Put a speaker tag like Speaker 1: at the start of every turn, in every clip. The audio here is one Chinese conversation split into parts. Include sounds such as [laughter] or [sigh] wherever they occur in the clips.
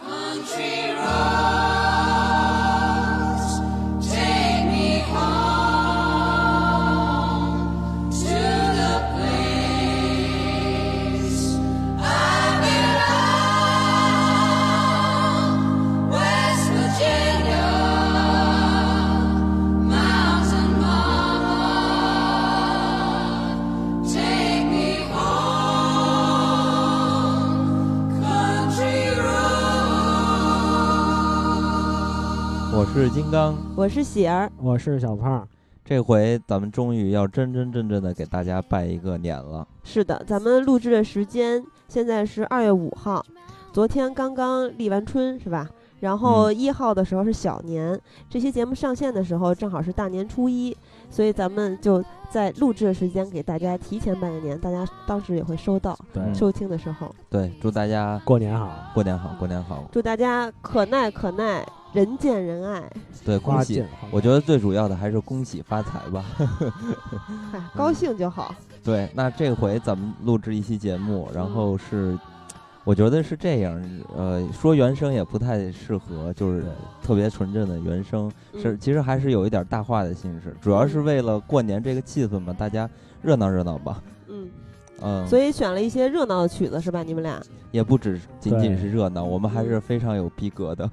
Speaker 1: Country roads, take me home to the place I belong. West Virginia, mountain mama, take me home, country roads.
Speaker 2: 我是金刚，
Speaker 3: 我是喜儿，
Speaker 4: 我是小胖，
Speaker 2: 这回咱们终于要真真正正的给大家拜一个年了。
Speaker 3: 是的，咱们录制的时间现在是二月五号，昨天刚刚立完春是吧？然后
Speaker 2: 嗯
Speaker 3: 一号的时候是小年，这期节目上线的时候正好是大年初一，所以咱们就在录制的时间给大家提前拜个年，大家当时也会收到
Speaker 4: 对
Speaker 2: 嗯
Speaker 3: 收听的时候，
Speaker 2: 对，祝大家
Speaker 4: 过年好，
Speaker 2: 过年好，过年好。
Speaker 3: 祝大家可耐可耐，人见人爱，
Speaker 2: 对，
Speaker 4: 花
Speaker 2: 恭喜
Speaker 4: 见！花
Speaker 2: 我觉得最主要的还是恭喜发财吧。
Speaker 3: 哎，
Speaker 2: 嗯
Speaker 3: 高兴就好。
Speaker 2: 对，那这回咱们录制一期节目，然后是，我觉得是这样，呃，说原声也不太适合，就是
Speaker 4: 对
Speaker 2: 特别纯正的原声，是
Speaker 3: 嗯
Speaker 2: 其实还是有一点大话的心事，主要是为了过年这个气氛嘛，大家热闹热闹吧。
Speaker 3: 嗯，
Speaker 2: 嗯，
Speaker 3: 所
Speaker 2: 以
Speaker 3: 以选了一些热闹的曲子是吧？
Speaker 2: [laughs]
Speaker 3: 你们俩
Speaker 2: 也不只仅仅
Speaker 4: 对
Speaker 2: 是热闹，我们还是
Speaker 3: 嗯
Speaker 2: 非常有逼格
Speaker 3: [laughs]
Speaker 2: 的。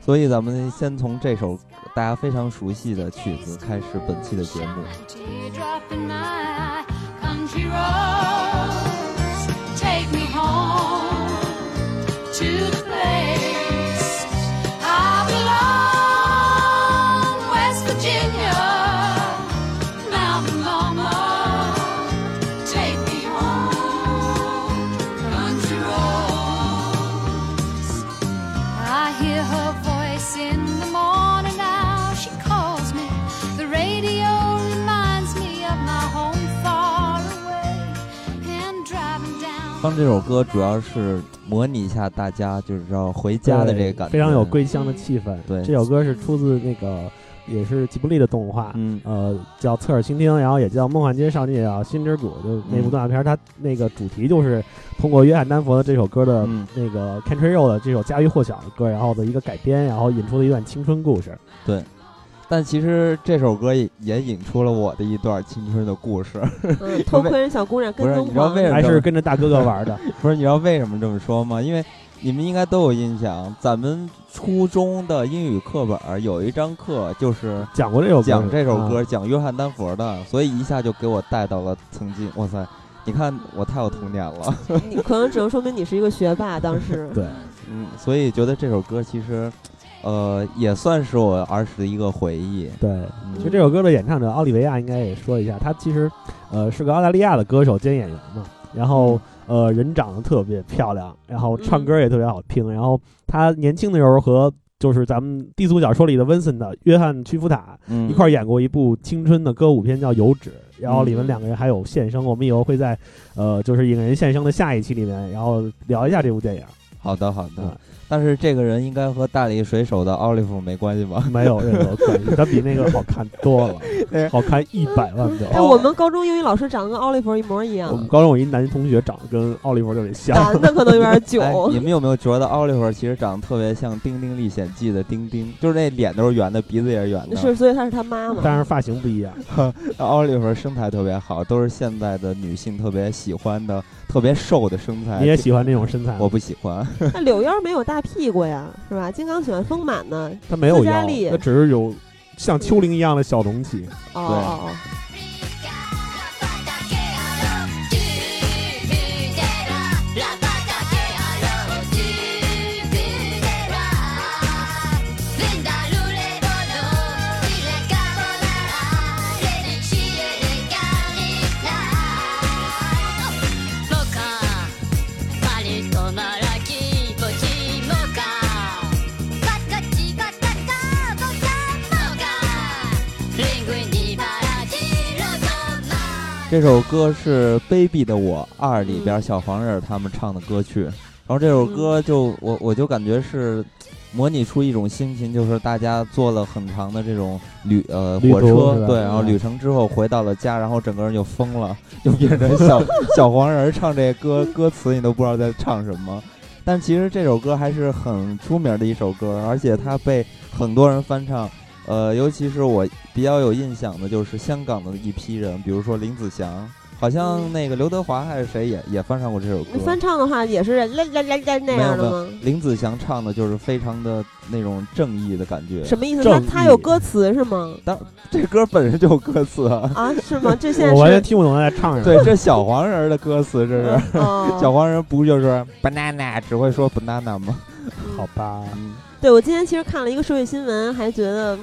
Speaker 2: 所以咱们先从这首大家非常熟悉的曲子开始本期的节目。
Speaker 1: Teardrop in my eye, country roads, take me home to the place I belong. West Virginia, mountain mama, take me home, country roads. I hear her voice in the morning now. She calls me. The radio reminds me of my home far away. And driving down.
Speaker 2: 放这首歌主要是模拟一下大家就是要回家的这个感觉，
Speaker 4: 非常有归乡的气氛。
Speaker 2: 对
Speaker 4: 这首歌是出自那个也是吉卜力的动画，
Speaker 2: 嗯
Speaker 4: 呃，叫《侧耳倾听》，然后也叫《梦幻街少女》，也叫《心之谷》，就那部
Speaker 2: 嗯
Speaker 4: 动画片，它那个主题就是通过约翰丹佛的这首歌的
Speaker 2: 嗯，
Speaker 4: 那个《Country Road》的这首家喻户晓的歌，然后的一个改编，然后引出了一段青春故事。
Speaker 2: 但其实这首歌也也引出了我的一段青春的故事。
Speaker 3: 嗯，偷窥人小姑娘
Speaker 2: 不
Speaker 3: 跟
Speaker 2: 是，
Speaker 3: 踪
Speaker 2: 你知道
Speaker 3: 狂啊
Speaker 2: 为，什么
Speaker 4: 还是跟着大哥哥玩
Speaker 2: [laughs]
Speaker 4: 的，
Speaker 2: 不是，你知道为什么这么说吗？因为你们应该都有印象，咱们初中的英语课本儿有一章课就是
Speaker 4: 讲过这首歌，
Speaker 2: 讲这首歌，
Speaker 4: 啊，
Speaker 2: 讲约翰丹佛的，所以一下就给我带到了曾经。哇塞，你看我太有童年了，
Speaker 3: 你可能只能说明你是一个学霸，当时
Speaker 4: 对，
Speaker 2: 嗯，所以觉得这首歌其实，呃，也算是我儿时的一个回忆。
Speaker 4: 对，
Speaker 2: 嗯
Speaker 4: 其实这首歌的演唱者奥利维亚应该也说一下，他其实呃是个澳大利亚的歌手兼演员嘛，然后呃人长得特别漂亮，然后唱歌也特别好听，然后他年轻的时候和就是咱们低俗小说里的温森的约翰屈服塔
Speaker 2: 嗯
Speaker 4: 一块儿演过一部青春的歌舞片叫《油脂》，然后里面
Speaker 3: 嗯
Speaker 4: 两个人还有献声，我们以后会在呃就是影人献声的下一期里面，然后聊一下这部电影，
Speaker 2: 好的，好的
Speaker 4: 嗯。
Speaker 2: 但是这个人应该和大力水手的奥利弗没关系吧？
Speaker 4: 没有任何关系，他比那个好看多了
Speaker 2: 哎，
Speaker 4: 好看一百万倍。
Speaker 3: 哎，我们高中英语老师长得跟奥利弗一模一样
Speaker 4: 我，们高中有一男同学长得跟奥利弗特别像，
Speaker 3: [laughs] 男的可能有点
Speaker 2: 哎
Speaker 3: 囧
Speaker 2: 你。们有没有觉得奥利弗其实长得特别像《丁丁历险记》的丁丁？就是那脸都是圆的，鼻子也是圆的。
Speaker 3: 是，所以她是他妈妈。
Speaker 4: 但是发型不一样。
Speaker 2: 奥利弗身材特别好，都是现在的女性特别喜欢的、特别瘦的身材。
Speaker 4: 你也喜欢这种身材吗？
Speaker 2: 哎我不喜欢。
Speaker 3: 那柳腰没有大屁股呀，是吧？金刚喜欢丰满哦呢。
Speaker 4: 他没有
Speaker 3: 斯嘉
Speaker 4: 腰
Speaker 3: 丽，
Speaker 4: 他只是有像丘陵一样的小隆起。
Speaker 3: 哦哦哦，
Speaker 1: Country
Speaker 2: 这首歌是《卑鄙的我二》里边小黄人儿他们唱的歌曲，然后这首歌就我我就感觉是模拟出一种心情，就是大家坐了很长的这种旅呃
Speaker 4: 旅
Speaker 2: 火
Speaker 4: 途
Speaker 2: 车
Speaker 4: 是吧，
Speaker 2: 对，然后
Speaker 4: 嗯
Speaker 2: 旅程之后回到了家，然后整个人就疯了，就变成
Speaker 4: [laughs]
Speaker 2: 小小黄人儿唱这歌歌词你都不知道在唱什么。但其实这首歌还是很出名的一首歌，而且它被很多人翻唱。呃，尤其是我比较有印象的，就是香港的一批人，比如说林子祥，好像
Speaker 3: 嗯
Speaker 2: 那个刘德华还是谁也也翻唱过这首歌。
Speaker 3: 翻唱的话也是啦啦啦啦那样的吗？
Speaker 2: 林子祥唱的就是非常的那种正义的感觉。
Speaker 3: 什么意思？
Speaker 4: 正
Speaker 3: 那
Speaker 4: 义
Speaker 3: 它有歌词是吗？
Speaker 2: 这歌本身就有歌词 [laughs] 啊。
Speaker 3: 啊，是吗？这现在
Speaker 4: 我完全
Speaker 3: 是
Speaker 4: 听不懂他在唱什么。
Speaker 2: 对，这小黄人儿的歌词，这是、小
Speaker 3: 哦，
Speaker 2: 黄人儿不就是 banana 只会说 banana 吗？
Speaker 4: 好吧，
Speaker 2: 嗯
Speaker 3: 对我今天其实看了一个社会新闻，还觉得嗯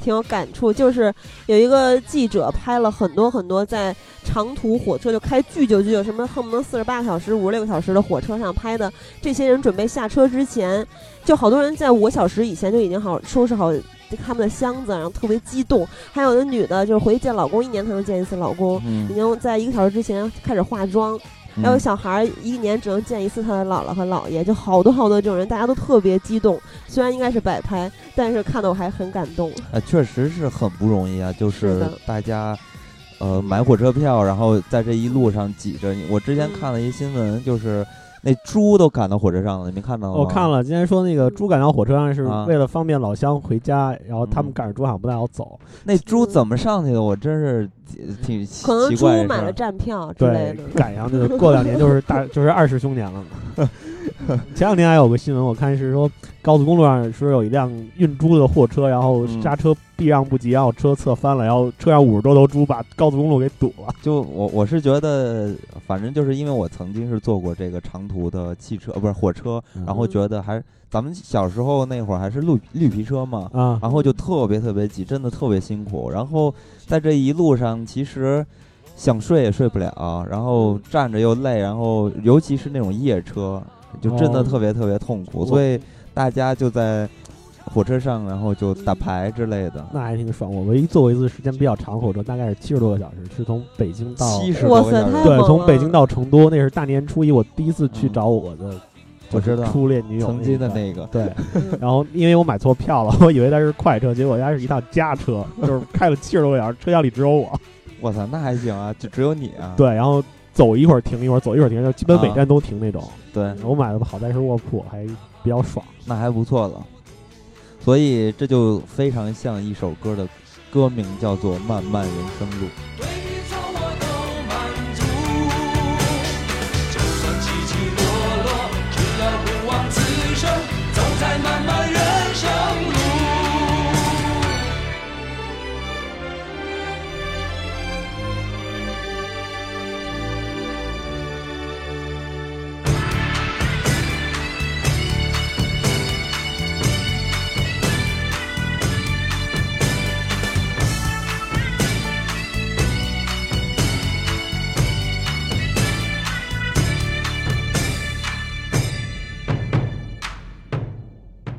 Speaker 3: 挺有感触，就是有一个记者拍了很多很多在长途火车就开巨久巨久，什么恨不得四十八个小时、五十六个小时的火车上拍的，这些人准备下车之前，就好多人在五个小时以前就已经好收拾好他们的箱子，然后特别激动。还有的女的就是回去见老公，一年才能见一次老公，已
Speaker 2: 嗯，
Speaker 3: 经在一个小时之前开始化妆，还有小孩儿一年只能见一次他的姥姥和姥爷，就好多好多这种人，大家都特别激动。虽然应该是摆拍，但是看得我还很感动。
Speaker 2: 呃，确实是很不容易啊，就是是
Speaker 3: 的
Speaker 2: 大家。呃，买火车票，然后在这一路上挤着你。我之前
Speaker 3: 嗯
Speaker 2: 看了一新闻，就是那猪都赶到火车上了，你没看到吗？
Speaker 4: 我看了，今天说那个猪赶到火车上是
Speaker 2: 哦啊
Speaker 4: 为了方便老乡回家，然后他们
Speaker 2: 嗯
Speaker 4: 赶着猪好像不太好走，
Speaker 2: 那猪怎么上去的，我真是挺挺奇
Speaker 3: 可能
Speaker 2: 奇
Speaker 3: 猪
Speaker 2: 怪的
Speaker 3: 买
Speaker 2: 事
Speaker 3: 了
Speaker 2: 儿
Speaker 3: 站票之类
Speaker 4: 对
Speaker 3: 的，，
Speaker 4: 赶上就是过两年就是大就是二师兄年了嘛。
Speaker 2: [laughs]
Speaker 4: 前两天还有个新闻，我看是说高速公路上是有一辆运猪的货车，然后
Speaker 2: 嗯
Speaker 4: 刹车避让不及，然后车侧翻了，然后车上五十多头猪把高速公路给堵了。
Speaker 2: 就我我是觉得，反正就是因为我曾经是坐过这个长途的汽车，呃不是火车，然后
Speaker 3: 嗯
Speaker 2: 觉得还是咱们小时候那会儿还是绿绿皮车嘛，
Speaker 4: 啊， [laughs]
Speaker 2: 然后就特别特别挤，真的特别辛苦。然后在这一路上，其实想睡也睡不了，然后站着又累，然后尤其是那种夜车，就真的
Speaker 4: 哦
Speaker 2: 特别特别痛苦。
Speaker 4: 我
Speaker 2: 所以大家就在火车上，然后就打牌之类的。
Speaker 4: 那还挺爽。我唯一坐过一次时间比较长的火车，大概是七十多个小时，是从北京到
Speaker 2: 七十
Speaker 3: 哇
Speaker 2: 多个
Speaker 3: 塞
Speaker 2: 小
Speaker 3: 太
Speaker 2: 时，
Speaker 4: 对，
Speaker 3: 猛
Speaker 4: 从
Speaker 3: 了
Speaker 4: 北京到成都，那是大年初一，我第一次去
Speaker 2: 嗯
Speaker 4: 找我的，
Speaker 2: 我知道
Speaker 4: 初恋女友
Speaker 2: 曾经的
Speaker 4: 那一
Speaker 2: 那个，
Speaker 4: 段。对， [laughs]
Speaker 3: 嗯
Speaker 4: 然后因为我买错票了，我 [laughs] 以为它是快车，结果它是一趟家 [laughs] 车，就是开了七十多个小时，车厢里只有我。
Speaker 2: 我操，那还行啊，就只有你啊。
Speaker 4: 对，然后走一会儿停一会儿，走一会儿停，就基本每站都停那种。
Speaker 2: 对，
Speaker 4: 我买的好在是卧铺，还比较爽。
Speaker 2: 那还不错了。所以这就非常像一首歌的歌名叫做《漫漫人生路》。
Speaker 5: 对你说我都满足，就算起起落落，只要不忘此生，走在漫漫人生路。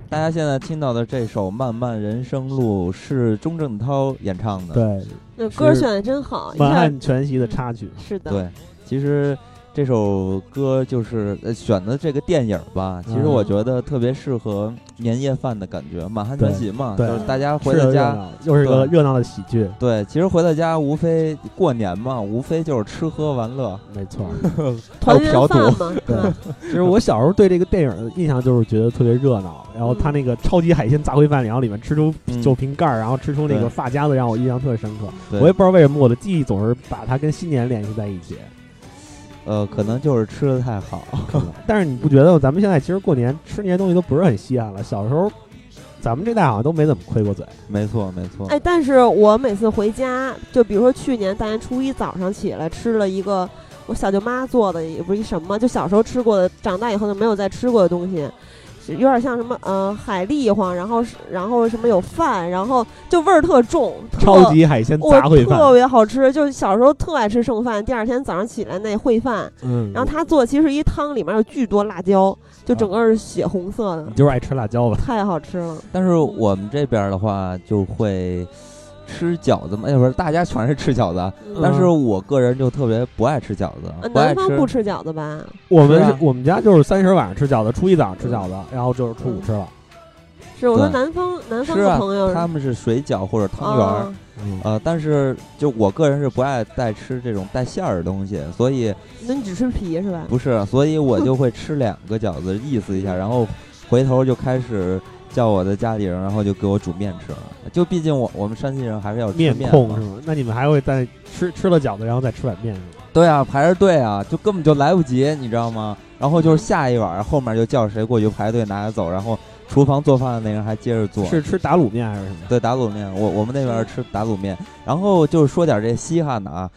Speaker 2: 大家现在听到的这首《漫漫人生路》是钟镇涛演唱的。
Speaker 4: 对，
Speaker 3: 那歌
Speaker 4: 是
Speaker 3: 选的真好，一
Speaker 4: 满
Speaker 3: 下
Speaker 4: 汉全席的插曲。
Speaker 3: 是的，
Speaker 4: [laughs]
Speaker 2: 对，其实这首歌就是呃选的这个电影吧，其实
Speaker 4: 嗯
Speaker 2: 我觉得特别适合年夜饭的感觉，满汉全席嘛，就
Speaker 4: 对
Speaker 2: 是大家回
Speaker 4: 是
Speaker 2: 到
Speaker 4: 个热
Speaker 2: 家。
Speaker 4: 闹，又是个
Speaker 2: 对
Speaker 4: 热闹的喜剧，
Speaker 2: 对，其实回到家无非过年嘛，无非就是吃喝玩乐，
Speaker 4: 没错。
Speaker 3: 团
Speaker 2: 还有嫖
Speaker 3: 圆
Speaker 2: 赌
Speaker 3: 饭嘛，
Speaker 4: 对
Speaker 3: 吧？，
Speaker 4: [laughs] 其实我小时候对这个电影的印象就是觉得特别热闹，然后他那个超级海鲜杂烩饭，然后里面吃出
Speaker 2: 嗯
Speaker 4: 酒瓶盖儿，然后吃出那
Speaker 2: 对
Speaker 4: 个发夹子，让我印象特别深刻。
Speaker 2: 对
Speaker 4: 我也不知道为什么我的记忆总是把它跟新年联系在一起。
Speaker 2: 呃，可能就是吃的太好。
Speaker 4: [laughs] 但是你不觉得咱们现在其实过年吃那些东西都不是很稀罕了？小时候，咱们这代好像都没怎么亏过嘴。
Speaker 2: 没错，没
Speaker 4: 嗯
Speaker 2: 错。
Speaker 3: 哎，但是我每次回家，就比如说去年大年初一早上起来吃了一个我小舅妈做的，也不是一什么，就小时候吃过的，长大以后就没有再吃过的东西，是有点像什么呃海蛎黄，然后是然后什么有饭，然后就味儿特重，特
Speaker 4: 超级海鲜
Speaker 3: 我
Speaker 4: 杂烩
Speaker 3: 特
Speaker 4: 饭，
Speaker 3: 别好吃，就是小时候特爱吃剩饭，第二天早上起来那烩饭，
Speaker 4: 嗯，
Speaker 3: 然后他做其实是一汤，里面有巨多辣椒，就整
Speaker 4: 啊
Speaker 3: 个是血红
Speaker 4: 嗯
Speaker 3: 色的，
Speaker 4: 你就是爱吃辣椒吧？
Speaker 3: 太好吃了。
Speaker 2: 但是我们这边儿的话，就会吃饺子嘛，哎，不是，大家全是吃饺子啊，
Speaker 3: 嗯
Speaker 2: 但是我个人就特别不爱吃饺子，
Speaker 3: 呃
Speaker 2: 不爱
Speaker 3: 南方
Speaker 2: 吃
Speaker 3: 不吃饺子吧？
Speaker 4: 我们
Speaker 2: 是啊嗯
Speaker 4: 是我们家就是三十晚上吃饺子，初一早上吃饺子，然后就是初五吃了。
Speaker 3: 是我说
Speaker 2: 对
Speaker 3: 南方南方
Speaker 2: 吃
Speaker 3: 的
Speaker 2: 啊
Speaker 3: 朋友，
Speaker 2: 他们是水饺或者汤圆儿，
Speaker 3: 啊
Speaker 4: 嗯，
Speaker 2: 呃，但是就我个人是不爱带吃这种带馅儿的东西，所以
Speaker 3: 那你只吃皮是吧？
Speaker 2: 不是，所以我就会吃两个饺子意思一下，然后回头就开始叫我的家里人，然后就给我煮面吃了。就毕竟我我们山西人还是要吃
Speaker 4: 面
Speaker 2: 面
Speaker 4: 控
Speaker 2: 嘛
Speaker 4: 是吗？那你们还会再吃吃了饺子，然后再吃碗面是吗？
Speaker 2: 对啊，排着队啊，就根本就来不及，你知道吗？然后就是下一碗，后面就叫谁过去排队拿着走，然后厨房做饭的那人还接着做。
Speaker 4: 是吃打卤面还是什么？
Speaker 2: 对打卤面，我我们那边吃打卤面，然后就是说点这稀罕的啊，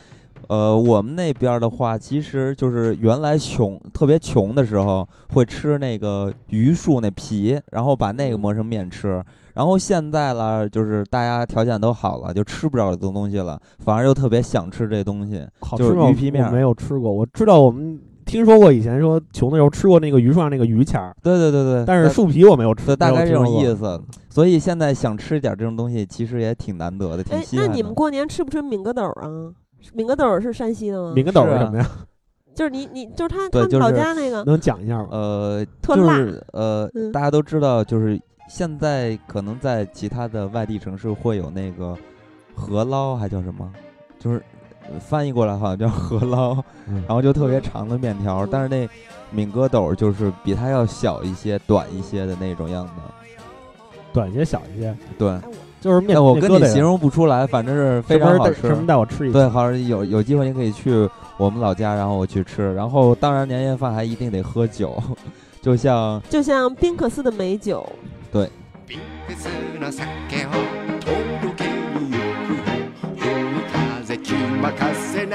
Speaker 2: 呃，我们那边的话，其实就是原来穷特别穷的时候会吃那个榆树那皮，然后把那个磨成面吃，然后现在了，就是大家条件都好了，就吃不着这种东西了，反而又特别想吃这东西。
Speaker 4: 好
Speaker 2: 就是
Speaker 4: 吃吗？
Speaker 2: 鱼皮面
Speaker 4: 我没有吃过，我知道我们听说过以前说穷的时候吃过那个榆树上那个榆钱儿，
Speaker 2: 对对对对，
Speaker 4: 但是树皮我没有吃，
Speaker 2: 对大概
Speaker 4: 没
Speaker 2: 这
Speaker 4: 有
Speaker 2: 种
Speaker 4: 吃过
Speaker 2: 意思。所以现在想吃点这种东西，其实也挺难得的，挺
Speaker 3: 哎，
Speaker 2: 稀
Speaker 3: 那
Speaker 2: 罕的。
Speaker 3: 你们过年吃不吃敏格斗啊？敏格斗是山西的吗？
Speaker 4: 敏感斗
Speaker 2: 是
Speaker 4: 是
Speaker 2: 啊
Speaker 4: 什么呀？ [laughs]
Speaker 3: 就是你你就是他他
Speaker 2: 对
Speaker 3: 们
Speaker 2: 就是
Speaker 3: 老家那个
Speaker 4: 能讲一下吗？
Speaker 2: 呃，
Speaker 3: 特
Speaker 2: 就
Speaker 3: 辣
Speaker 2: 是呃，
Speaker 3: 嗯
Speaker 2: 大家都知道，就是现在可能在其他的外地城市会有那个河捞，还叫什么？就是呃翻译过来好像叫河捞，
Speaker 4: 嗯
Speaker 2: 然后就特别长的面条，但是那敏哥斗就是比它要小一些、短一些的那种样子。
Speaker 4: 短一些小一些，
Speaker 2: 对，
Speaker 3: 哎我
Speaker 4: 就是面。
Speaker 2: 但我
Speaker 4: 面
Speaker 2: 跟
Speaker 4: 疙
Speaker 2: 你
Speaker 4: 瘩
Speaker 2: 形容不出来，反正是非
Speaker 4: 什么
Speaker 2: 常
Speaker 4: 时候
Speaker 2: 好
Speaker 4: 带
Speaker 2: 吃
Speaker 4: 什。么带我吃一次？
Speaker 2: 对，好像有有机会你可以去我们老家，然后我去吃。然后当然年夜饭还一定得喝酒， [laughs] 就像
Speaker 3: 就像宾克斯的美酒，
Speaker 6: ビーズの酒を届けに行くよ夜風気任せ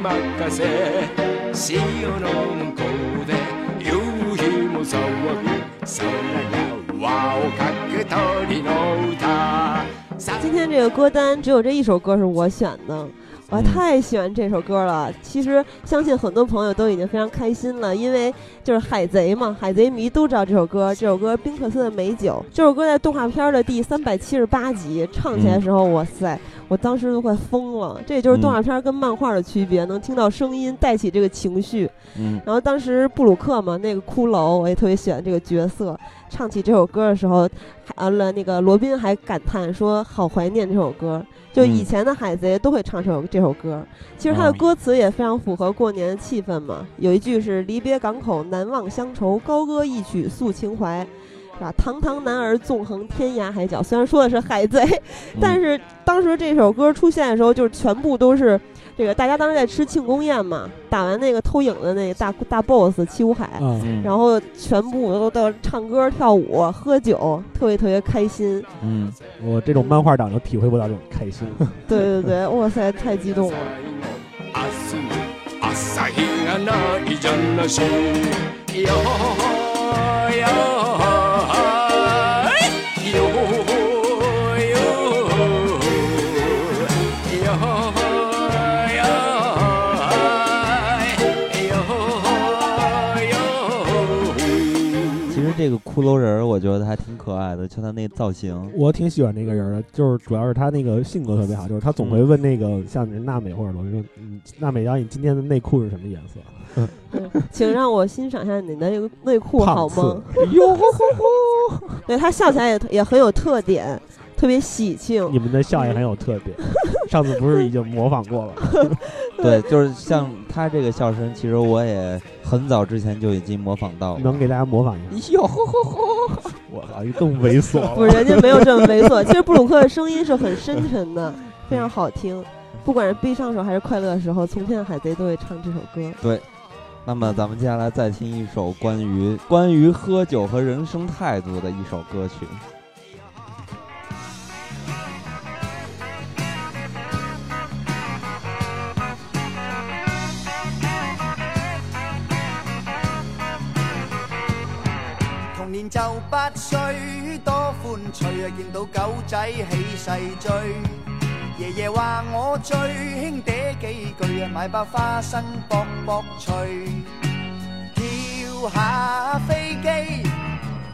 Speaker 6: 波任せ潮の向こうで夕日も騒ぐ空が輪をかけ鳥の歌さ
Speaker 3: 今天这个歌单只有这一首歌是我选的，我还
Speaker 2: 嗯
Speaker 3: 太喜欢这首歌了。其实相信很多朋友都已经非常开心了，因为就是海贼嘛，海贼迷都知道这首歌。这首歌《宾克斯的美酒》，这首歌在动画片的第三百七十八集唱起来的时候，哇塞，我当时都快疯了。这也就是动画片跟漫画的区别，能听到声音带起这个情绪。
Speaker 2: 嗯，
Speaker 3: 然后当时布鲁克嘛，那个骷髅，我也特别喜欢这个角色。唱起这首歌的时候，啊了，那个罗宾还感叹说：“好怀念这首歌。”就以
Speaker 2: 嗯
Speaker 3: 前的海贼都会唱这首这首歌，其实它的
Speaker 2: 哦
Speaker 3: 歌词也非常符合过年的气氛嘛。有一句是“离别港口难忘乡愁，高歌一曲诉情怀”，是吧？堂堂男儿纵横天涯海角。虽然说的是海贼，
Speaker 4: 嗯
Speaker 3: 但是当时这首歌出现的时候，就是全部都是这个大家当时在吃庆功宴嘛，打完那个偷影的那个大大 boss 七武海，
Speaker 4: 嗯，
Speaker 2: 嗯
Speaker 3: 然后全部都到唱歌、跳舞、喝酒，特别特别开心。
Speaker 2: 嗯，
Speaker 4: 我这种漫画党就体会不到这种
Speaker 2: [laughs]
Speaker 4: 开心。
Speaker 3: 对对对，
Speaker 4: 嗯
Speaker 3: 哇塞，太激
Speaker 6: 明
Speaker 3: 动
Speaker 6: 日
Speaker 4: [laughs]
Speaker 3: 了！
Speaker 6: の朝日がないじゃなしよーよーよーよーよーよー
Speaker 2: 其实这个骷髅人儿我觉得还挺可爱的，就他那个造
Speaker 4: [laughs]
Speaker 2: 型，
Speaker 4: 我挺喜欢这个人的，就是主要是他那个性格特别好，就是他总会
Speaker 2: 嗯
Speaker 4: 问那个像是娜美或者罗宾说，嗯，娜美，然后你今天的内裤是什么颜色？
Speaker 3: 对请让我欣赏一下你的那个内裤好
Speaker 4: 胖
Speaker 3: 吗
Speaker 4: 次？
Speaker 3: 哟吼吼吼！对他笑起来也也很有特点，特别喜庆。
Speaker 4: 你们的笑也很有特
Speaker 3: [laughs]
Speaker 4: 点。上次不是已经模仿过了吗？
Speaker 2: 对，就是像他这个笑声，其实我也很早之前就已经模仿到了。
Speaker 4: 能给大家模仿一
Speaker 2: [laughs]
Speaker 4: 下？
Speaker 2: 哟吼吼吼！
Speaker 4: 我操，更猥琐了。
Speaker 3: 不是，人家没有这么猥琐。其实布鲁克的声音是很深沉的，非常好听。不管是悲伤的时候还是快乐的时候，从前的海贼都会唱这首歌。
Speaker 2: 那么咱们接下来再听一首关于关于喝酒和人生态度的一首歌曲。
Speaker 7: 童年就八歲，多歡趣啊！見到狗仔起勢追，爺爺話我醉，兄弟幾句啊，買包花生博博脆，跳下飛機，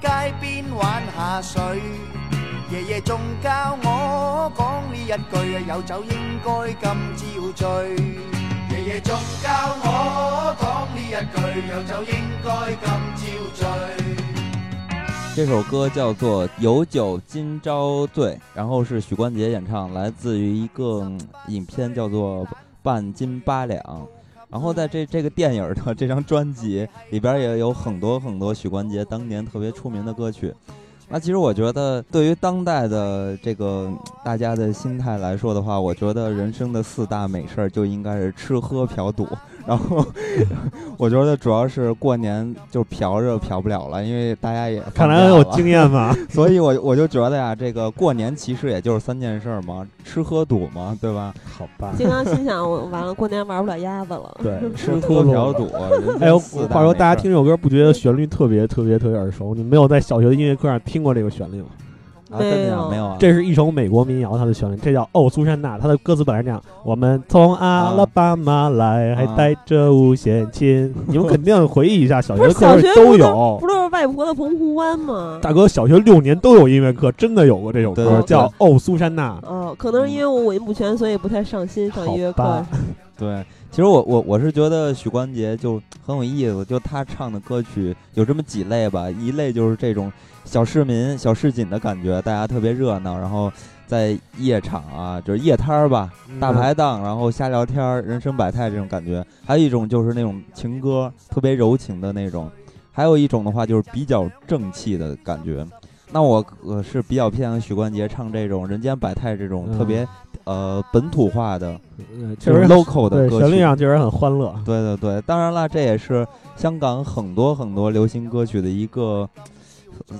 Speaker 7: 街邊玩下水，爺爺爺仲教我講呢一句啊，有酒應該今朝醉。爺爺仲教我講呢一句，有酒應該今朝醉。
Speaker 2: 这首歌叫做《有酒今朝醉》，然后是许冠杰演唱，来自于一个嗯影片叫做《半斤八两》。然后在这这个电影的这张专辑里边也有很多很多许冠杰当年特别出名的歌曲。那其实我觉得，对于当代的这个嗯大家的心态来说的话，我觉得人生的四大美事儿就应该是吃喝嫖赌。然后 [laughs] 我觉得主要是过年就嫖着嫖不了了，因为大家也
Speaker 4: 看来
Speaker 2: 放假
Speaker 4: 很有
Speaker 2: 了
Speaker 4: 经验嘛。
Speaker 2: 所以我我就觉得呀，这个过年其实也就是三件事儿嘛，吃喝赌嘛，对吧？
Speaker 4: 好吧，
Speaker 3: 金刚心想，我完了，过年玩不了鸭子 [laughs] 了。
Speaker 4: 对，
Speaker 2: 吃
Speaker 4: 秃
Speaker 2: 喝
Speaker 4: 噜
Speaker 2: 嫖赌。
Speaker 4: 哎呦，
Speaker 2: 四
Speaker 4: 话说大家
Speaker 2: 美事儿
Speaker 4: 听这首歌不觉得旋律特别特别特别耳熟？你没有在小学的音乐课上听过这个旋律吗？
Speaker 2: 啊，真的
Speaker 3: 没
Speaker 2: 呀
Speaker 3: 有
Speaker 2: 没有啊，
Speaker 4: 这是一首美国民谣，它的旋律，这叫《哦，苏珊娜》，它的歌词本来是这样：我们从阿
Speaker 2: 啊
Speaker 4: 拉巴马来，还带着五弦琴。你们肯定回忆一下，小学
Speaker 3: 不
Speaker 4: 的
Speaker 3: 是
Speaker 4: 课
Speaker 3: 小
Speaker 4: 本
Speaker 3: 学
Speaker 4: 都
Speaker 3: 不
Speaker 4: 有
Speaker 3: 不。都是外婆的澎湖湾吗？
Speaker 4: 大哥，小学六年都有音乐课，真的有过这首
Speaker 2: 对
Speaker 4: 歌，
Speaker 2: 对
Speaker 4: 叫《哦，苏珊娜》。
Speaker 3: 哦，可能是因为我五音不全，所以不太上心上音乐课
Speaker 4: 好吧。
Speaker 2: 对。其实我我我是觉得许冠杰就很有意思，就他唱的歌曲有这么几类吧，一类就是这种小市民、小市井的感觉，大家特别热闹，然后在夜场啊，就是夜摊儿吧，大
Speaker 4: 嗯
Speaker 2: 排档，然后瞎聊天儿，人生百态这种感觉。还有一种就是那种情歌，特别柔情的那种。还有一种的话就是比较正气的感觉。那我呃是比较偏向许冠杰唱这种人间百态这种
Speaker 4: 嗯
Speaker 2: 特别、呃本土化的、
Speaker 4: 嗯，
Speaker 2: 这
Speaker 4: 确
Speaker 2: 种
Speaker 4: 实
Speaker 2: local 的
Speaker 4: 对
Speaker 2: 歌
Speaker 4: 旋律
Speaker 2: 曲。
Speaker 4: 上确实很欢乐。
Speaker 2: 对对对，当然了，这也是香港很多很多流行歌曲的一个呃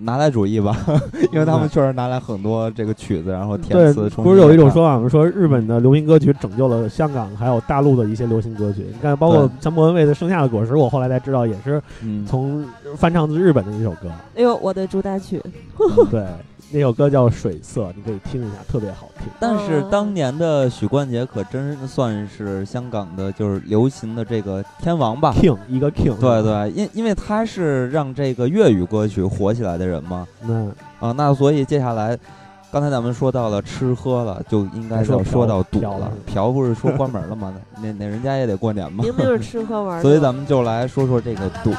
Speaker 2: 拿来主义吧， [laughs] 因为他们确实拿来很多这个曲子，然后填
Speaker 4: 嗯对，
Speaker 2: 词重新演唱。
Speaker 4: 不是有一种说法吗？说日本的流行歌曲拯救了香港，还有大陆的一些流行歌曲。你看，包括
Speaker 2: 对
Speaker 4: 像莫文蔚的《盛夏的果实》，我后来才知道也是
Speaker 2: 嗯，
Speaker 4: 从翻唱自日本的一首
Speaker 2: [laughs]
Speaker 4: 歌。
Speaker 3: 哎呦，我的主打 [laughs] 曲，
Speaker 4: 对，那首歌叫《水色》，你可以听一下，特别好
Speaker 2: [laughs]
Speaker 4: 听。
Speaker 2: 但是
Speaker 3: 嗯
Speaker 2: 当年的许冠杰可真算是香港的，就是流行的这个天王吧。
Speaker 4: King 一个 King，
Speaker 2: 对，对，因因为他是让这个粤语歌曲火起来的人嘛，
Speaker 4: 那
Speaker 2: 啊，那所以接下来，刚才咱们说到了吃喝了，就应该
Speaker 4: 还说
Speaker 2: 要说
Speaker 4: 嫖
Speaker 2: 到赌
Speaker 4: 嫖
Speaker 2: 了
Speaker 4: 了。
Speaker 2: 嫖不是说关门了吗？那那人家也得过年嘛，
Speaker 3: 明明是吃喝 [laughs] 玩乐。
Speaker 2: 所以咱们就来说说这个赌。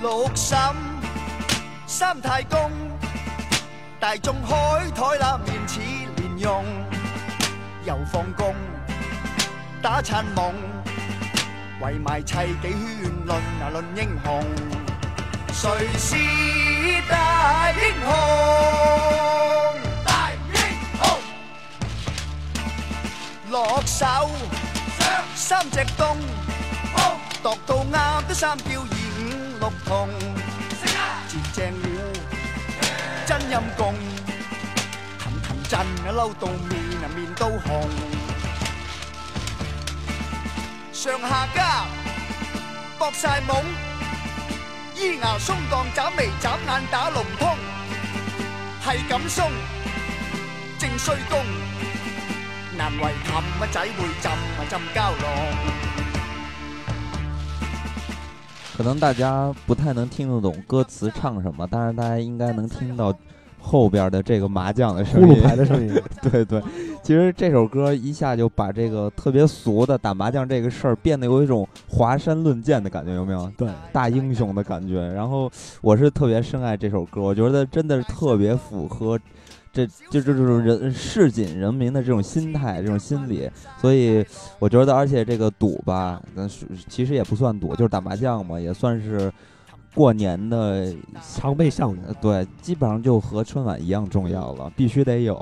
Speaker 7: 六婶三太公，大眾開台啦，面似蓮蓉，又放工打殘夢，圍埋砌幾圈論啊論英雄，誰是大英雄？大英雄落手三隻東。度到啱都三叫二五六同，接正了，真陰公，騰騰震啊嬲到面啊面都紅，上下家搏晒懵，依牙鬆當斬眉斬眼打龍通，係咁鬆，正衰公，難為氹啊仔會浸啊浸膠囊。
Speaker 2: 可能大家不太能听得懂歌词唱什么，但是大家应该能听到后边的这个麻将的
Speaker 4: 呼
Speaker 2: 声
Speaker 4: 噜
Speaker 2: 音。
Speaker 4: 牌的声音，
Speaker 2: 对对，其实这首歌一下就把这个特别俗的打麻将这个事儿变得有一种华山论剑的感觉，有没有？
Speaker 4: 对，
Speaker 2: 大英雄的感觉。然后我是特别深爱这首歌，我觉得真的是特别符合这就这种人市井人民的这种心态、这种心理。所以我觉得，而且这个赌吧，那是其实也不算赌，就是打麻将嘛，也算是过年的
Speaker 4: 常备项
Speaker 2: [laughs]
Speaker 4: 目。
Speaker 2: 呃对，基本上就和春晚一样重要了，必须得有。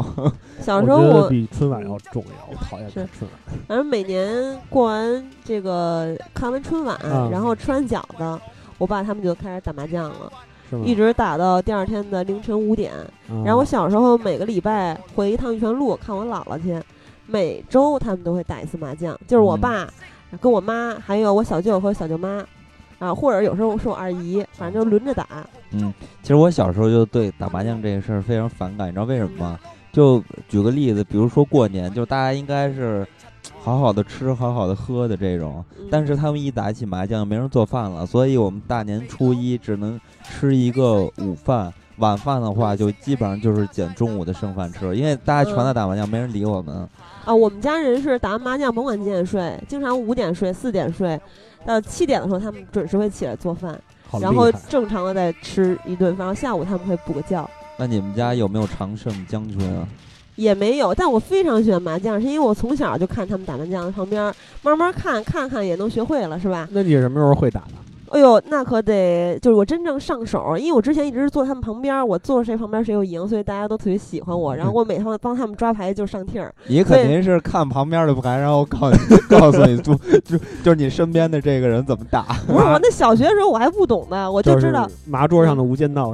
Speaker 3: 小时
Speaker 4: 觉
Speaker 3: 候
Speaker 4: 得
Speaker 3: 我，
Speaker 4: 比春晚要重要，我讨厌看春晚。
Speaker 3: 反正每年过完这个看完春晚，
Speaker 4: 嗯
Speaker 3: 然后吃完饺子，我爸他们就开始打麻将了，
Speaker 4: 是吗？
Speaker 3: 一直打到第二天的凌晨五点。
Speaker 4: 嗯
Speaker 3: 然后我小时候每个礼拜回一趟玉泉路看我姥姥去，每周他们都会打一次麻将，就是我
Speaker 2: 嗯
Speaker 3: 爸、跟我妈，还有我小舅和小舅妈，啊，或者有时候是我二姨，反正就轮着打。
Speaker 2: 其实我小时候就对打麻将这个事儿非常反感，你知道为什么吗？就举个例子，比如说过年，就是大家应该是好好的吃、好好的喝的这种，
Speaker 3: 嗯
Speaker 2: 但是他们一打起麻将，没人做饭了，所以我们大年初一只能吃一个午饭，晚饭的话就基本上就是捡中午的剩饭吃，因为大家全在打麻将，没人理我们。
Speaker 3: 啊，我们家人是打完麻将甭管几点睡，经常五点睡、四点睡，到七点的时候他们准时会起来做饭，
Speaker 4: 好
Speaker 3: 然后
Speaker 4: 厉害！
Speaker 3: 正常的再吃一顿饭，然后下午他们会补个觉。
Speaker 2: 那你们家有没有常胜将军啊？
Speaker 3: 也没有，但我非常喜欢麻将，是因为我从小就看他们打麻将，旁边慢慢看看看也能学会了，是吧？
Speaker 4: 那你什么时候会打的？
Speaker 3: 哎呦，那可得就是我真正上手，因为我之前一直是坐他们旁边，我坐谁旁边谁就赢，所以大家都特别喜欢我。然后我每趟帮他们抓牌就上听儿，
Speaker 2: 你肯定是看旁边的牌，然后告诉你告诉你，就就就是你身边的这个人怎么打。
Speaker 3: 不是我那小学的时候我还不懂呢，我就知道
Speaker 4: 是麻桌上的《无
Speaker 2: [laughs]
Speaker 4: 间道》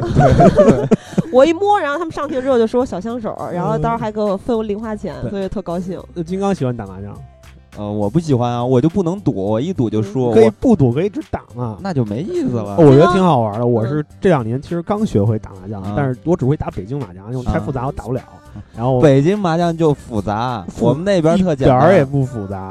Speaker 3: 我一摸，然后他们上听之后就说我小香手，然后到时候还给我分我零花钱，
Speaker 4: 对嗯
Speaker 3: 所以特高兴。
Speaker 4: 那金刚喜欢打麻将，
Speaker 2: 呃，我不喜欢啊，我就不能赌，我一赌就输，
Speaker 4: 嗯可以
Speaker 2: 我
Speaker 4: 不赌，可以只打嘛。
Speaker 2: 那就没意思了。
Speaker 4: 哦我觉得挺好玩的。我是这两年其实刚学会打麻将
Speaker 2: 啊，嗯
Speaker 4: 但是我只会打北京麻将，因为太复杂我打不了。然后
Speaker 2: 北京麻将就复杂，
Speaker 4: 复
Speaker 2: 我们那边特
Speaker 4: 一
Speaker 2: 简
Speaker 4: 点儿也
Speaker 2: 单。
Speaker 4: 不复杂。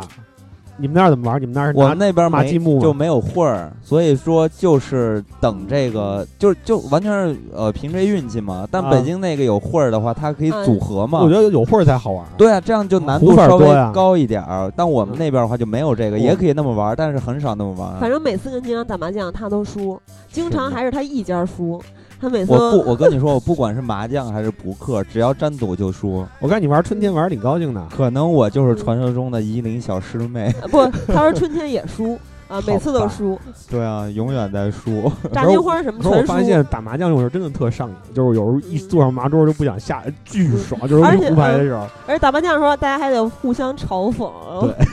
Speaker 4: 你们那儿怎么玩？你们那儿是
Speaker 2: 我
Speaker 4: 拿
Speaker 2: 们那边
Speaker 4: 麻
Speaker 2: 没
Speaker 4: 积木吗
Speaker 2: 就没有会儿，所以说就是等这个，就就完全是呃凭这运气嘛。但
Speaker 4: 啊
Speaker 2: 北京那个有会儿的话，它可以
Speaker 3: 嗯
Speaker 2: 组合嘛。
Speaker 4: 我觉得有会儿才好玩。
Speaker 2: 对啊，这样就难
Speaker 4: 胡
Speaker 2: 度
Speaker 4: 法
Speaker 2: 稍微
Speaker 4: 多呀
Speaker 2: 高一点儿。但我们
Speaker 4: 嗯
Speaker 2: 那边的话就没有这个，
Speaker 4: 我
Speaker 2: 也可以那么玩儿，但是很少那么玩儿。
Speaker 3: 反正每次跟金刚打麻将他都输，经常还是他一家输，他每次
Speaker 2: 我
Speaker 3: 都
Speaker 2: 不，我跟你说，我不管是麻将还是扑克，只要沾赌就输。
Speaker 4: 我看你玩春天玩儿挺高兴的，
Speaker 2: 可能我就是传说中的夷陵小师
Speaker 4: 嗯
Speaker 2: 妹。
Speaker 3: 啊不，他说春天也输啊，每次都输，
Speaker 2: [laughs] 对啊，永远在输。
Speaker 3: 炸金花
Speaker 2: 嗯
Speaker 3: 什么
Speaker 4: 可是我
Speaker 3: 全输。
Speaker 4: 发现打麻将有时候真的特上瘾，就是有时候一坐上麻桌就不想下，
Speaker 2: 嗯
Speaker 4: 巨爽。就是
Speaker 3: 而且
Speaker 4: 胡牌的时候，
Speaker 3: 而且打麻将的时候，大家还得互相嘲讽，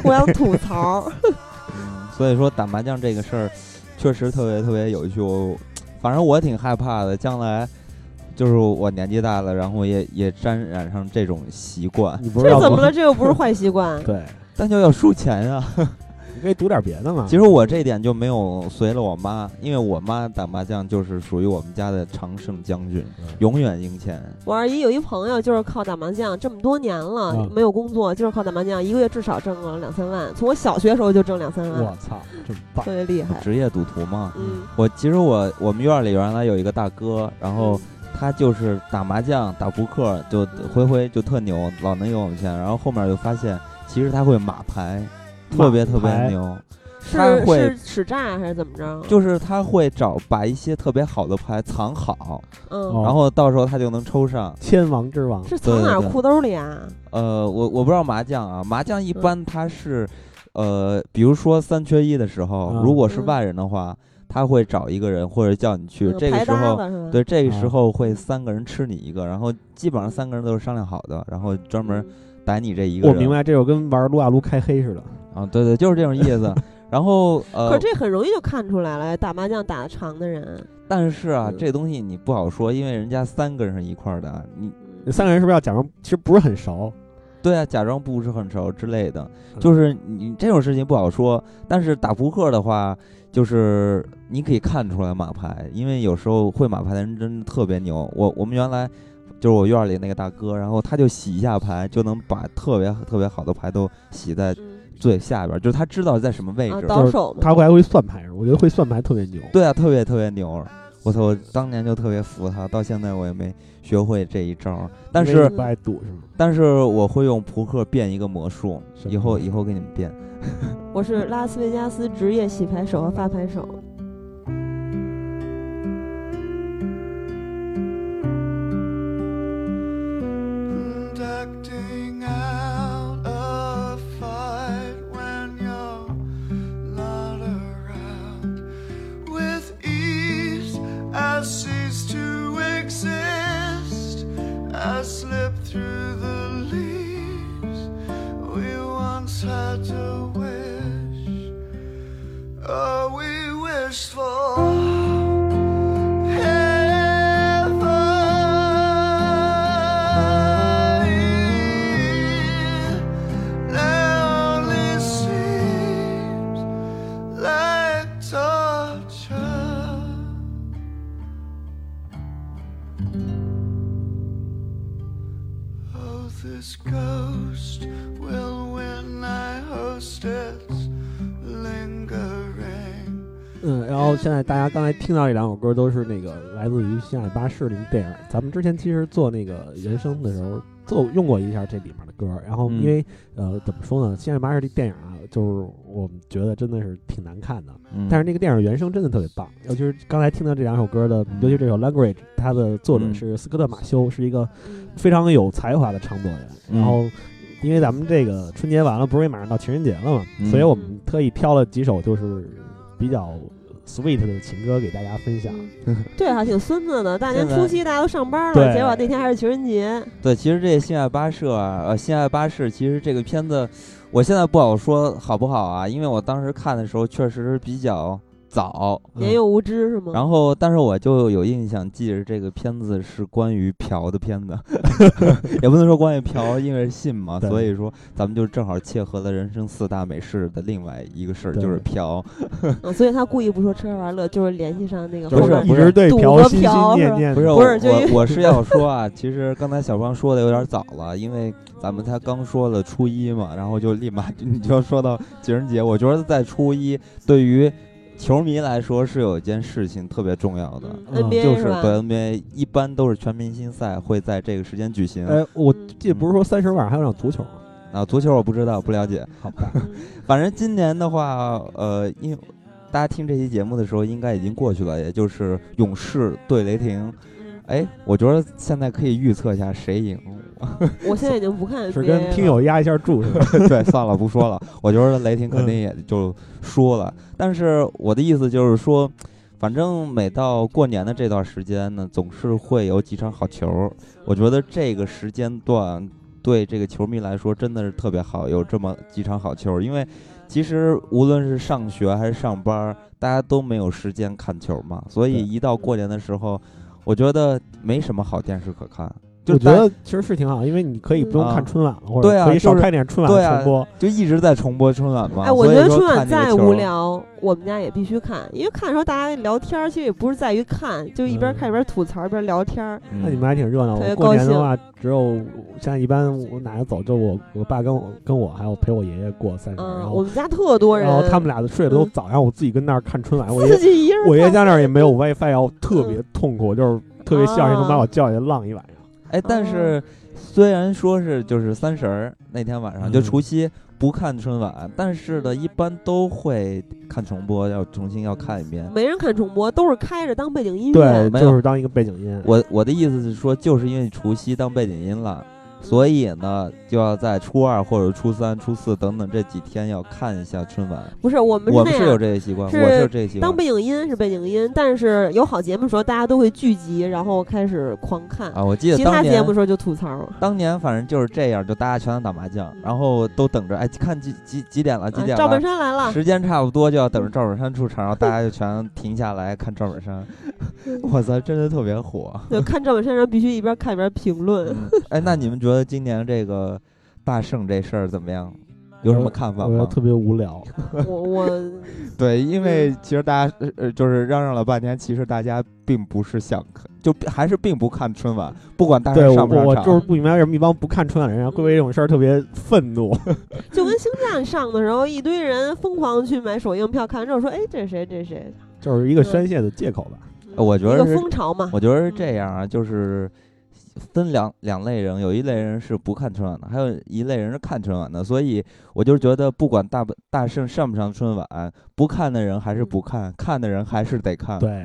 Speaker 3: 互相吐槽。
Speaker 4: 嗯
Speaker 2: [laughs] 所以说打麻将这个事儿，确实特别特别有趣。我反正我挺害怕的，将来就是我年纪大了，然后也也沾染上这种习惯，
Speaker 4: 你不是
Speaker 3: 这
Speaker 4: 要
Speaker 3: 怎
Speaker 4: 不。
Speaker 3: 么了？这又不是坏习惯
Speaker 4: 对，
Speaker 2: 但就要输钱啊。
Speaker 4: 你可以赌点别的嘛。
Speaker 2: 其实我这点就没有随了我妈，因为我妈打麻将就是属于我们家的常胜将军，永远赢钱。
Speaker 3: 我二姨有一朋友就是靠打麻将，这么多年了、
Speaker 4: 嗯
Speaker 3: 没有工作，就是靠打麻将，一个月至少挣个两三万。从我小学时候就挣两三万
Speaker 4: 我，操，真棒
Speaker 3: 特！别厉害。
Speaker 2: 职业赌徒嘛，
Speaker 3: 嗯，
Speaker 2: 我其实我我们院儿里原来有一个大哥，然
Speaker 4: 嗯
Speaker 2: 后他就是打麻将、打扑克，就回回就特牛，老能赢我们钱。然后后面就发现，其实他会码牌，特别特别
Speaker 4: 马牌
Speaker 2: 牛。他
Speaker 3: 是
Speaker 2: 会
Speaker 3: 是使诈还是怎么着？
Speaker 2: 就是他会找把一些特别好的牌藏好，
Speaker 3: 嗯，
Speaker 4: 哦
Speaker 2: 然后到时候他就能抽上。
Speaker 4: 千王之王，
Speaker 3: 是藏哪儿
Speaker 2: 对对对
Speaker 3: 裤兜里啊？
Speaker 2: 呃，我我不知道麻将啊，麻将一般它是，呃，比如说三缺一的时候，
Speaker 4: 嗯
Speaker 2: 如果是
Speaker 3: 嗯
Speaker 2: 外人的话，他会找一个人或者叫你去。
Speaker 3: 嗯
Speaker 2: 这个
Speaker 3: 牌
Speaker 2: 时候
Speaker 3: 搭子是吧？
Speaker 2: 对，这个时
Speaker 4: 啊
Speaker 2: 候会三个人吃你一个，然后基本上三个人都是商量好的，然后专门逮你这一个
Speaker 4: 我
Speaker 2: 人。
Speaker 4: 明白，这就跟玩撸啊撸开黑似的。
Speaker 2: 啊，对对，就是这种意
Speaker 4: [laughs]
Speaker 2: 思。然后
Speaker 3: 可
Speaker 2: 呃
Speaker 3: 是，这很容易就看出来了，打麻将打得长的人，
Speaker 2: 但是啊
Speaker 3: 嗯，
Speaker 2: 这东西你不好说，因为人家三个人是一块儿的，啊你
Speaker 4: 那三个人是不是要假装其实不是很熟？
Speaker 2: 对啊，假装不是很熟之类的，
Speaker 4: 嗯
Speaker 2: 就是你这种事情不好说。但是打扑克的话，就是你可以看出来马牌，因为有时候会马牌的人真的特别牛。我我们原来就是我院儿里那个大哥，然后他就洗一下牌，就能把特别特别好的牌都洗在
Speaker 3: 嗯
Speaker 2: 最下边儿，就是他知道在什么位
Speaker 3: 啊，
Speaker 2: 置。
Speaker 3: 倒手嘛。
Speaker 4: 他会还会算牌，我觉得会算牌特别牛。
Speaker 2: 对啊，特别特别牛。我操！我当年就特别服他，到现在我也没学会这一招儿。但
Speaker 4: 因为
Speaker 2: 是
Speaker 4: 你不爱赌是吗？
Speaker 2: 但是我会用扑克变一个魔术，
Speaker 4: 什
Speaker 2: 以
Speaker 4: 么
Speaker 2: 后以后给你们变。
Speaker 3: 我是拉斯维加斯职业洗牌手和发牌手。
Speaker 5: Conducting out a fight when you're not around. With ease, I cease to exist. I slip through the leaves. We once had to wish. Oh, we wished for. Now only seems like touch
Speaker 8: Oh, this ghost will win my hostess lingering.
Speaker 4: 嗯，然后现在大家刚才听到这两首歌都是那个来自于《新爱巴士》里的电影。咱们之前其实做那个人声的时候，做用过一下这里面的歌。然后
Speaker 2: 嗯
Speaker 4: 因为、呃，怎么说呢，《新爱巴士》这电影啊，就是我们觉得真的是挺难看的，
Speaker 2: 嗯
Speaker 4: 但是那个电影原声真的特别棒。尤其是刚才听到这两首歌的，尤其这首《Language》，它的作者
Speaker 2: 嗯
Speaker 4: 是斯科特·马修，是一个
Speaker 3: 嗯
Speaker 4: 非常有才华的唱作人。
Speaker 2: 嗯
Speaker 4: 然后，因为咱们这个春节完了，不是也马上到情人节了嘛，
Speaker 2: 嗯
Speaker 4: 所以我们特意挑了几首就是比较 sweet 的情歌给大家分享。
Speaker 3: 嗯对，还挺孙子的。大年
Speaker 2: 现在
Speaker 3: 初七大家都上班了，
Speaker 4: 对
Speaker 3: 结果那天还是情人节。
Speaker 2: 对，其实这《性爱巴士》啊，呃，《性爱巴士》其实这个片子，我现在不好说好不好啊，因为我当时看的时候确实比较早，
Speaker 4: 嗯
Speaker 3: 年幼无知是吗？
Speaker 2: 嗯然后但是我就有印象，记着这个片子是关于嫖的片
Speaker 4: [laughs]
Speaker 2: 子， [laughs] 也不能说关于嫖，因为是信嘛，
Speaker 4: 对
Speaker 2: 所以说咱们就正好切合了人生四大美事的另外一个事儿，
Speaker 4: 对
Speaker 2: 就是嫖。
Speaker 3: 嗯所以他故意不说吃喝玩乐，就是联系上那个
Speaker 2: 不
Speaker 3: 后
Speaker 2: 是
Speaker 3: 面
Speaker 4: 一直对
Speaker 3: 赌
Speaker 4: 嫖
Speaker 3: 和
Speaker 4: 心
Speaker 3: 嫖
Speaker 4: 心
Speaker 3: 是
Speaker 4: 念
Speaker 3: 吧
Speaker 4: 念，
Speaker 2: 不是
Speaker 3: 不
Speaker 2: 我
Speaker 3: 是就因为
Speaker 2: 我我是要说啊，其实刚才小芳说的有点早了，因为咱们才刚说了初一嘛，然后就立马你就说到情人节，我觉得在初一对于球迷来说是有一件事情特别重要的。
Speaker 3: 嗯
Speaker 4: 嗯
Speaker 3: NBA
Speaker 2: 就是
Speaker 3: 吧？
Speaker 2: 对 NBA 一般都是全明星赛会在这个时间举行。
Speaker 4: 哎，我
Speaker 3: 嗯
Speaker 4: 记得不是说三十晚上还有场足球吗？
Speaker 2: 啊，足球我不知道，不了解。
Speaker 4: 好吧，
Speaker 3: 嗯
Speaker 2: [laughs] 反正今年的话，呃，因为大家听这期节目的时候应该已经过去了，也就是勇士对雷霆。
Speaker 3: 嗯
Speaker 2: 哎，我觉得现在可以预测一下谁赢。
Speaker 3: 我现在已经不看
Speaker 4: 是
Speaker 3: NBA
Speaker 4: 跟听
Speaker 3: 了
Speaker 4: 友压一下注 [laughs] 是吧？
Speaker 2: 对，算了，不说了。我觉得雷霆肯定也就输了，但是我的意思就是说，反正每到过年的这段时间呢，总是会有几场好球。我觉得这个时间段对这个球迷来说真的是特别好，有这么几场好球，因为。其实无论是上学还是上班，大家都没有时间看球嘛，所以
Speaker 4: 对
Speaker 2: 一到过年的时候，我觉得没什么好电视可看。就
Speaker 4: 我觉
Speaker 2: 大家
Speaker 4: 得其实是挺好，因为你可以不用
Speaker 2: 嗯
Speaker 4: 看春晚了，或
Speaker 2: 对
Speaker 4: 者
Speaker 2: 啊
Speaker 4: 可以少
Speaker 2: 就是
Speaker 4: 看点春晚
Speaker 2: 对
Speaker 4: 的
Speaker 2: 啊
Speaker 4: 重播。
Speaker 3: 嗯
Speaker 2: 就一直在重播春晚嘛。
Speaker 3: 哎，我
Speaker 2: 所
Speaker 3: 觉
Speaker 2: 以
Speaker 3: 得
Speaker 2: 说
Speaker 3: 春晚
Speaker 2: 看这个
Speaker 3: 再
Speaker 2: 球
Speaker 3: 无聊，我们家也必须看，因为看的时候大家聊天儿，其实也不是在于看，就一边看一边吐槽一边聊天儿。
Speaker 2: 嗯
Speaker 4: 那你们还挺热闹。
Speaker 3: 特别
Speaker 4: 我过年
Speaker 3: 高
Speaker 4: 的
Speaker 3: 兴
Speaker 4: 话，只有现在一般我奶奶走，就我我爸跟我跟我还有陪我爷爷过三十，然
Speaker 3: 嗯，我
Speaker 4: 后
Speaker 3: 们家特多人，
Speaker 4: 然后他们俩睡得都
Speaker 3: 嗯
Speaker 4: 早，然后我自己跟那儿看春晚。我
Speaker 3: 自
Speaker 4: 爷
Speaker 3: 己嗯啊一人
Speaker 4: 我爷爷
Speaker 3: 看
Speaker 4: 家那儿也没有 WiFi，然后特别痛苦，就是特别希望谁能把我叫起来浪一晚上。
Speaker 2: 哎，但
Speaker 3: 哦
Speaker 2: 是虽然说是就是三十儿那天晚上，就
Speaker 4: 嗯
Speaker 2: 除夕不看春晚，但是
Speaker 3: 嗯
Speaker 2: 呢，一般都会看重播，要重新要看一遍。
Speaker 3: 没人看重播，都是开着当背景音
Speaker 4: 对
Speaker 3: 乐。，
Speaker 2: 没有
Speaker 4: 就是当一个背景音。
Speaker 2: 我我的意思是说，就是因为除夕当背景音了，所以呢，就要在初二或者初三、初四等等这几天要看一下春晚。
Speaker 3: 不是我们
Speaker 2: 我
Speaker 3: 是那
Speaker 2: 们是
Speaker 3: 样
Speaker 2: 有这个习惯，
Speaker 3: 是
Speaker 2: 我是有这个习惯
Speaker 3: 当。背景音是背景音，但是有好节目的时候，大家都会聚集，然后开始狂看；
Speaker 2: 啊，我记得
Speaker 3: 其
Speaker 2: 当
Speaker 3: 他节
Speaker 2: 年
Speaker 3: 目的时候就吐槽。
Speaker 2: 当年反正就是这样，就大家全都打麻将，然后都等着，哎，看几几几点了，几
Speaker 3: 啊
Speaker 2: 点了？
Speaker 3: 赵本山来了，
Speaker 2: 时间差不多就要等着赵本山出场，然后大家就全停下来看赵本
Speaker 3: [laughs]
Speaker 2: 山。我操，真的特别火。
Speaker 3: 对，看赵本山，然后必须一边看一边评
Speaker 2: [laughs]
Speaker 3: 论。
Speaker 2: 哎，那你们觉得今年这个大圣这事儿怎么样？有什么看法
Speaker 4: 我觉得
Speaker 2: 吗？
Speaker 4: 特别无聊。
Speaker 3: 我我
Speaker 2: 对，因为
Speaker 3: 嗯
Speaker 2: 其实大家呃呃，就是嚷嚷了半天，其实大家并不是想看，就还是并不看春晚，不管大
Speaker 4: 对
Speaker 2: 圣
Speaker 4: 我
Speaker 2: 上不
Speaker 4: 我
Speaker 2: 上
Speaker 4: 就是
Speaker 2: 场。
Speaker 4: 不明白为什么一帮不看春晚的人啊会为这种事儿特别愤怒。 [laughs]
Speaker 3: 就跟星战上的时候，一堆人疯狂去买首映票，看完之后说：“哎，这是谁？这是谁
Speaker 4: 就是
Speaker 3: 嗯
Speaker 4: 一个宣泄的借口吧。？”
Speaker 2: 我觉
Speaker 3: 一
Speaker 2: 得
Speaker 3: 个
Speaker 2: 是
Speaker 3: 风潮嘛。
Speaker 2: 我觉得是这样
Speaker 3: 嗯
Speaker 2: 啊，就是分两两类人，有一类人是不看春晚的，还有一类人是看春晚的。所以我就觉得，不管大不大圣上不上春晚，不看的人还是不
Speaker 3: 嗯
Speaker 2: 看，看的人还是得看。， [laughs]
Speaker 4: 对，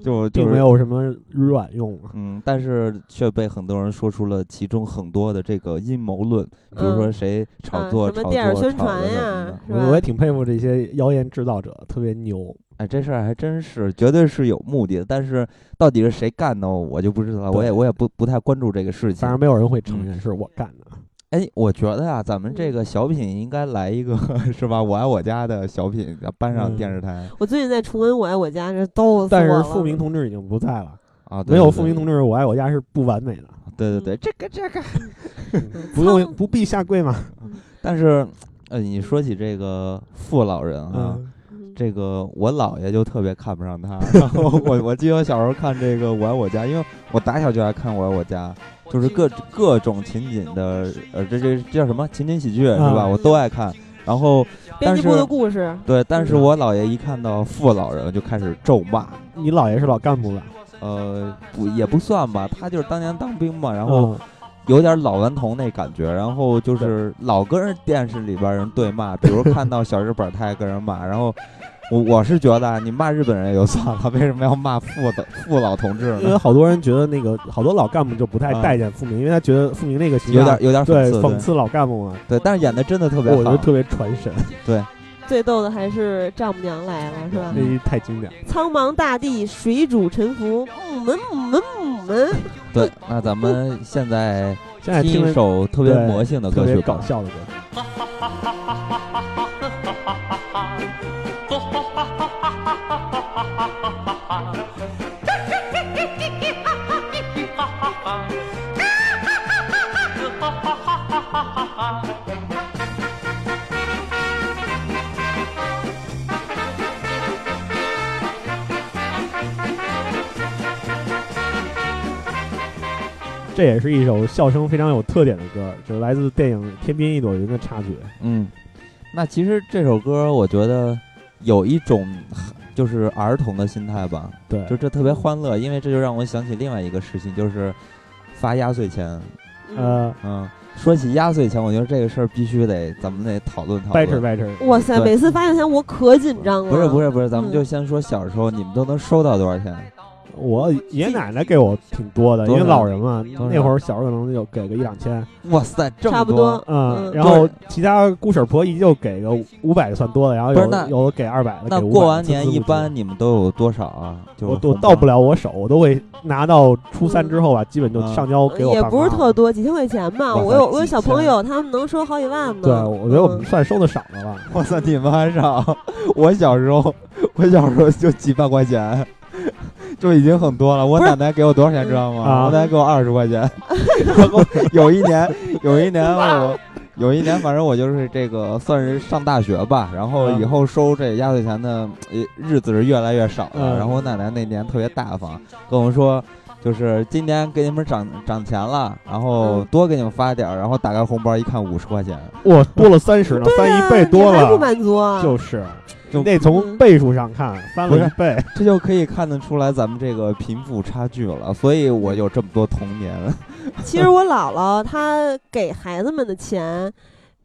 Speaker 2: 就啊就
Speaker 4: 并
Speaker 2: 是
Speaker 4: 没有什么卵用啊。
Speaker 2: 嗯，但是却被很多人说出了其中很多的这个阴谋论，比如
Speaker 3: 嗯
Speaker 2: 说谁炒
Speaker 3: 啊
Speaker 2: 作、
Speaker 3: 什么
Speaker 2: 炒
Speaker 3: 电影
Speaker 2: 作
Speaker 3: 宣
Speaker 2: 炒
Speaker 3: 传
Speaker 2: 的什么
Speaker 3: 呀
Speaker 2: 的
Speaker 3: 是
Speaker 4: 我我也
Speaker 3: 吧？
Speaker 4: 挺佩服这些谣言制造者，特别牛。
Speaker 2: 哎，这事儿还真是，绝对是有目的的，但是到底是谁干的，我就不知道了，我也
Speaker 4: 对
Speaker 2: 我也不不太关注这个事情。
Speaker 4: 反正没有人会
Speaker 2: 嗯
Speaker 4: 承认是我干的。
Speaker 2: 哎，我觉得啊，咱们
Speaker 4: 嗯
Speaker 2: 这个小品应该来一个， [laughs] 是吧？我爱我家的小品，要搬上电
Speaker 4: 嗯
Speaker 2: 视台、
Speaker 3: 我最近在重温《我爱我家》，这逗死我
Speaker 4: 但是
Speaker 3: 了。
Speaker 4: 傅明同志已经不在了，
Speaker 2: 啊。对
Speaker 4: 没有
Speaker 2: 对
Speaker 4: 傅明同志，我爱我家是不完美的，
Speaker 2: 对对
Speaker 4: 嗯
Speaker 2: 对，这个这个。
Speaker 4: [laughs] 不用不必下跪嘛。
Speaker 2: 但是，呃，你说起这个傅老人啊，
Speaker 4: [laughs] 嗯，
Speaker 3: 嗯
Speaker 2: 这个我姥爷就特别看不 [laughs] 上他。然后我我记得我小时候看这个《我爱我家》，因为我打小就爱看《我爱我家》，就是各各种情景的，呃，这这这叫什么情景喜剧是吧？
Speaker 4: 嗯
Speaker 2: 我都爱看。然后
Speaker 3: 编
Speaker 2: 但
Speaker 3: 辑部的
Speaker 2: 是
Speaker 3: 故事，
Speaker 2: 对，但是我姥爷一看到父老人就开始咒骂，
Speaker 4: 你姥爷是老干部吧？
Speaker 2: 呃，不也不算吧，他就是当年当兵嘛， [laughs] 然
Speaker 4: 嗯
Speaker 2: 后 [laughs] 有点老顽童那感觉，然后就是老跟人电视里边人对骂，比如看到小日本儿他也跟人
Speaker 4: [laughs]
Speaker 2: 骂，然后我我是觉得啊你骂日本人也就算了， [laughs] 为什么要骂父的父老同志
Speaker 4: 嗯， [laughs] 因为
Speaker 2: 呢？
Speaker 4: 好多人觉得那个好多老干部就不太
Speaker 2: 啊
Speaker 4: 待见傅明，因为他觉得傅明那个形
Speaker 2: 有
Speaker 4: 象
Speaker 2: 点有点
Speaker 4: 嗯
Speaker 2: 讽
Speaker 4: 对
Speaker 2: 刺，
Speaker 4: 讽刺老干部嘛，
Speaker 2: 对，但是演的真的特别
Speaker 4: 我觉
Speaker 2: 好
Speaker 4: 得，特别传神，
Speaker 3: 最逗的还是丈母娘来了，是吧？
Speaker 4: 那一太经典了。
Speaker 3: 苍茫大地，水主沉浮，母门母门母门。
Speaker 2: 对。那咱们现在
Speaker 4: 现在听
Speaker 2: 听一
Speaker 4: 着
Speaker 2: 首特别
Speaker 4: 对
Speaker 2: 魔性的
Speaker 4: 特
Speaker 2: 歌
Speaker 4: 别
Speaker 2: 曲，
Speaker 4: 搞。笑的歌曲，这也是一首笑声非常有特点的歌，就是来自电影《天边一朵云》的插曲。
Speaker 2: 嗯，那其实这首歌我觉得有一种就是儿童的心态吧，
Speaker 4: 对，
Speaker 2: 就这特别欢乐，因为这就让我想起另外一个事情，就是发压岁钱。
Speaker 3: 嗯，
Speaker 4: 呃，
Speaker 2: 嗯，说起压岁钱，我觉得这个事儿必须得咱们得讨论讨
Speaker 4: 掰扯
Speaker 2: 论。
Speaker 4: 掰扯，
Speaker 3: 哇塞，
Speaker 2: 对
Speaker 3: 每次发现前我可紧张了。
Speaker 2: 不是不是不是，咱们
Speaker 3: 嗯
Speaker 2: 就先说小时候，你们都能收到多少钱？
Speaker 4: 我爷爷奶奶给我挺多的，因
Speaker 2: 多
Speaker 4: 为
Speaker 2: 少
Speaker 4: 老人嘛，
Speaker 2: 多少
Speaker 4: 那会儿小时候可能就给个一两千，
Speaker 2: 哇塞，这
Speaker 3: 差
Speaker 2: 么
Speaker 3: 不
Speaker 2: 多！
Speaker 4: 嗯，
Speaker 3: 嗯
Speaker 4: 然后其他姑婶婆姨就给个五百算多的，然后
Speaker 2: 不是那
Speaker 4: 有有的给二百的，
Speaker 2: 那
Speaker 4: 给500的
Speaker 2: 过完年
Speaker 4: 参差
Speaker 2: 一
Speaker 4: 不齐
Speaker 2: 般你们都有多少啊？就是
Speaker 4: 我我
Speaker 2: 红包
Speaker 4: 到不了我手，我都会拿到初三之后吧，基本就
Speaker 2: 嗯
Speaker 4: 上交给我
Speaker 3: 也
Speaker 4: 爸
Speaker 3: 不是
Speaker 4: 妈
Speaker 3: 特多，几千块钱
Speaker 2: 哇
Speaker 3: 吧。
Speaker 2: 塞
Speaker 3: 我有我有
Speaker 2: 几
Speaker 3: 小
Speaker 2: 千
Speaker 3: 朋友，他们能收好几万呢。
Speaker 4: 对，我觉得我
Speaker 3: 嗯
Speaker 4: 们算收的少
Speaker 2: [laughs]
Speaker 4: 了吧。
Speaker 2: 哇塞，你们还少！我小时候，我小时候就几百块钱，就已经很多了。我
Speaker 3: 不是
Speaker 2: 奶奶给我多少钱，知道吗？
Speaker 4: 啊
Speaker 2: 我奶奶给我二十块钱。然后有一年，有一年我，有一年，反正我就是这个算是上大学吧。然后以后收这压岁钱的呃日子是越来越少了。
Speaker 4: 嗯
Speaker 2: 然后我奶奶那年特别大方，跟我们说。就是今年给你们涨涨钱了，然后多给你们发点儿，然后打开红包一看五十块钱，
Speaker 4: 哇，多了三十呢，
Speaker 3: 对
Speaker 4: 翻
Speaker 3: 呀
Speaker 4: 一倍多
Speaker 3: 你还不
Speaker 4: 了，
Speaker 3: 满足啊？嗯
Speaker 4: 就是
Speaker 2: 就
Speaker 4: 那从倍数上看翻了
Speaker 2: 不
Speaker 4: 一
Speaker 2: 是
Speaker 4: 倍。
Speaker 2: 这就可以看得出来咱们这个贫富差距了，所以我有这么多童年。
Speaker 3: 其实我姥姥她给孩子们的钱，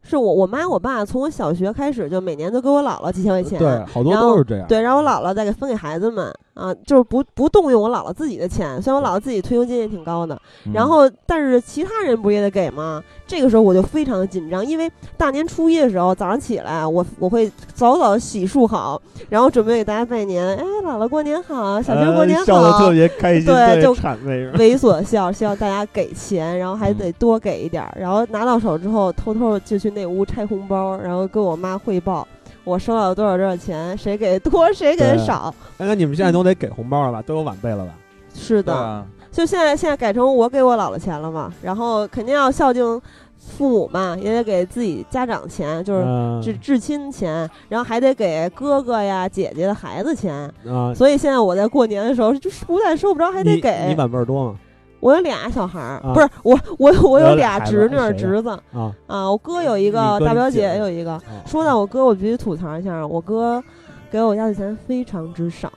Speaker 3: 是我我妈我爸从我小学开始就每年都给我姥姥几千块钱。
Speaker 4: 对，好多
Speaker 3: 然后
Speaker 4: 都是这样。
Speaker 3: 对，让我姥姥再给分给孩子们啊，就是不不动用我姥姥自己的钱，虽然我姥姥自己退休金也挺高的，
Speaker 4: 嗯
Speaker 2: [laughs]
Speaker 3: 然后但是其他人不也得给吗？这个时候我就非常紧张，因为大年初一的时候早上起来，我我会早早洗漱好，然后准备给大家拜年，哎，姥姥过年好，小舅
Speaker 4: 呃
Speaker 3: 过年
Speaker 4: 笑得
Speaker 3: 好
Speaker 4: 特，别开心，
Speaker 3: 对
Speaker 4: 特别
Speaker 3: 就
Speaker 4: 谄媚 [laughs] 是吧。
Speaker 3: 猥琐笑，希望大家给钱，然后
Speaker 4: 嗯
Speaker 3: 还得多给一点儿，然后拿到手之后，偷偷就去那屋拆红包，然后跟我妈汇报我收到了多少多少钱，谁给多谁给
Speaker 4: 对
Speaker 3: 少。
Speaker 4: 刚哎才你们现在都得给红包了吧？都有晚辈了吧？
Speaker 3: 是
Speaker 2: 对
Speaker 3: 的，
Speaker 2: 啊，
Speaker 3: 就现在现在改成我给我姥姥钱了嘛，然后肯定要孝敬父母嘛，也得给自己家长钱，就是
Speaker 4: 嗯
Speaker 3: 至至亲钱，然后还得给哥哥呀姐姐的孩子钱。
Speaker 4: 啊，
Speaker 3: 所以现在我在过年的时候，就是不但收不着，还得
Speaker 4: 你你
Speaker 3: 给。
Speaker 4: 晚辈儿多吗？
Speaker 3: 我有俩小孩儿，
Speaker 4: 啊
Speaker 3: 不是我我我
Speaker 4: 有
Speaker 3: 有俩
Speaker 4: 俩孩子
Speaker 3: 侄女
Speaker 4: 谁呀
Speaker 3: 儿侄子
Speaker 4: 啊，
Speaker 3: 啊，我哥有一个，
Speaker 4: 你哥
Speaker 3: 大表
Speaker 4: 你姐
Speaker 3: 姐有一个。
Speaker 4: 嗯
Speaker 3: 说到我哥，我必须吐槽一下，我哥给我压岁钱非常之少，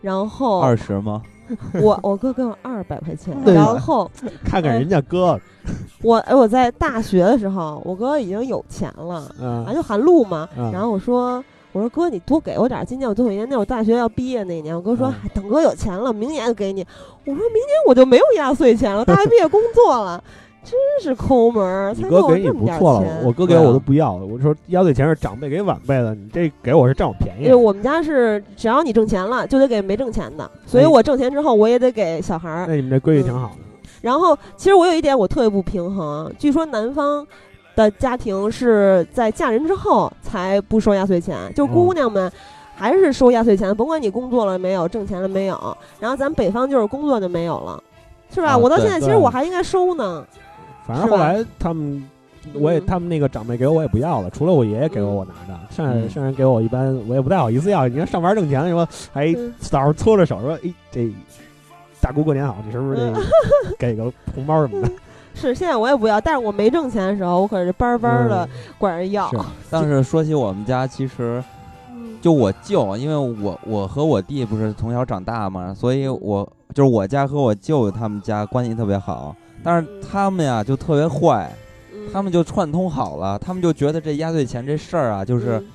Speaker 3: 然后
Speaker 2: 二十吗？
Speaker 3: 我我哥给我二百块钱，
Speaker 4: 对呀
Speaker 3: 然后。
Speaker 4: 看看人家哥，
Speaker 3: 我哎，我在大学的时候，我哥已经有钱了，
Speaker 4: 嗯
Speaker 3: 啊，就喊路嘛。
Speaker 4: 嗯
Speaker 3: 然后我说，我说哥，你多给我点儿，今年我最后一年，那我大学要毕业那一年。我哥说，
Speaker 4: 嗯
Speaker 3: 哎等哥有钱了，明年就给你。我说明年我就没有压岁钱了，大学毕业工作了，真是抠门儿，
Speaker 4: 你
Speaker 3: 才
Speaker 4: 哥
Speaker 3: 我
Speaker 4: 给你
Speaker 3: 这么
Speaker 4: 不
Speaker 3: 点儿
Speaker 4: 错了，
Speaker 3: 钱。
Speaker 4: 我哥给
Speaker 2: 对
Speaker 4: 我
Speaker 2: 啊
Speaker 4: 都不要了。我说压岁钱是长辈给晚辈的，你这给我是占我便宜
Speaker 3: 因为。我们家是只要你挣钱了，就得给没挣钱的，所以
Speaker 4: 哎
Speaker 3: 我挣钱之后我也得给小孩儿。
Speaker 4: 那你们这规
Speaker 3: 嗯
Speaker 4: 矩挺好的，
Speaker 3: 然后，其实我有一点我特别不平衡，据说南方的家庭是在嫁人之后才不收压岁
Speaker 2: 嗯
Speaker 3: 钱，就是姑娘们。还是收压岁钱，甭管你工作了没有，挣钱了没有。然后咱北方就是工作就没有了，是吧？
Speaker 2: 啊
Speaker 3: 我到
Speaker 2: 对
Speaker 3: 现在其实
Speaker 4: 对
Speaker 3: 我还应该收呢。
Speaker 4: 反正
Speaker 3: 是吧
Speaker 4: 后来他们。我也，
Speaker 3: 嗯
Speaker 4: 他们那个长辈给我，我也不要了。除了我爷爷给我，
Speaker 3: 嗯
Speaker 4: 我拿着。剩下
Speaker 2: 嗯
Speaker 4: 剩下人给我，一般我也不太好意思要。你看上班挣钱，什么还
Speaker 3: 嗯
Speaker 4: 哎早上搓着手说：“哎，这大姑过年好，你是不是那个给个红包什
Speaker 3: 嗯
Speaker 4: 么的？
Speaker 3: 是现在我也不要，但是我没挣钱的时候，我可是班儿班儿的
Speaker 4: 嗯
Speaker 3: 管人要
Speaker 4: 是。
Speaker 2: 但嗯是说起我们家，其实
Speaker 3: 嗯
Speaker 2: 就我舅，因为我我和我弟不是从小长大嘛，所以我就是我家和我舅他们家关系特别好，但是他们呀就特别坏，
Speaker 3: 嗯
Speaker 2: 他们就串通好了，他们就觉得这压岁钱这事儿啊，就是
Speaker 3: 嗯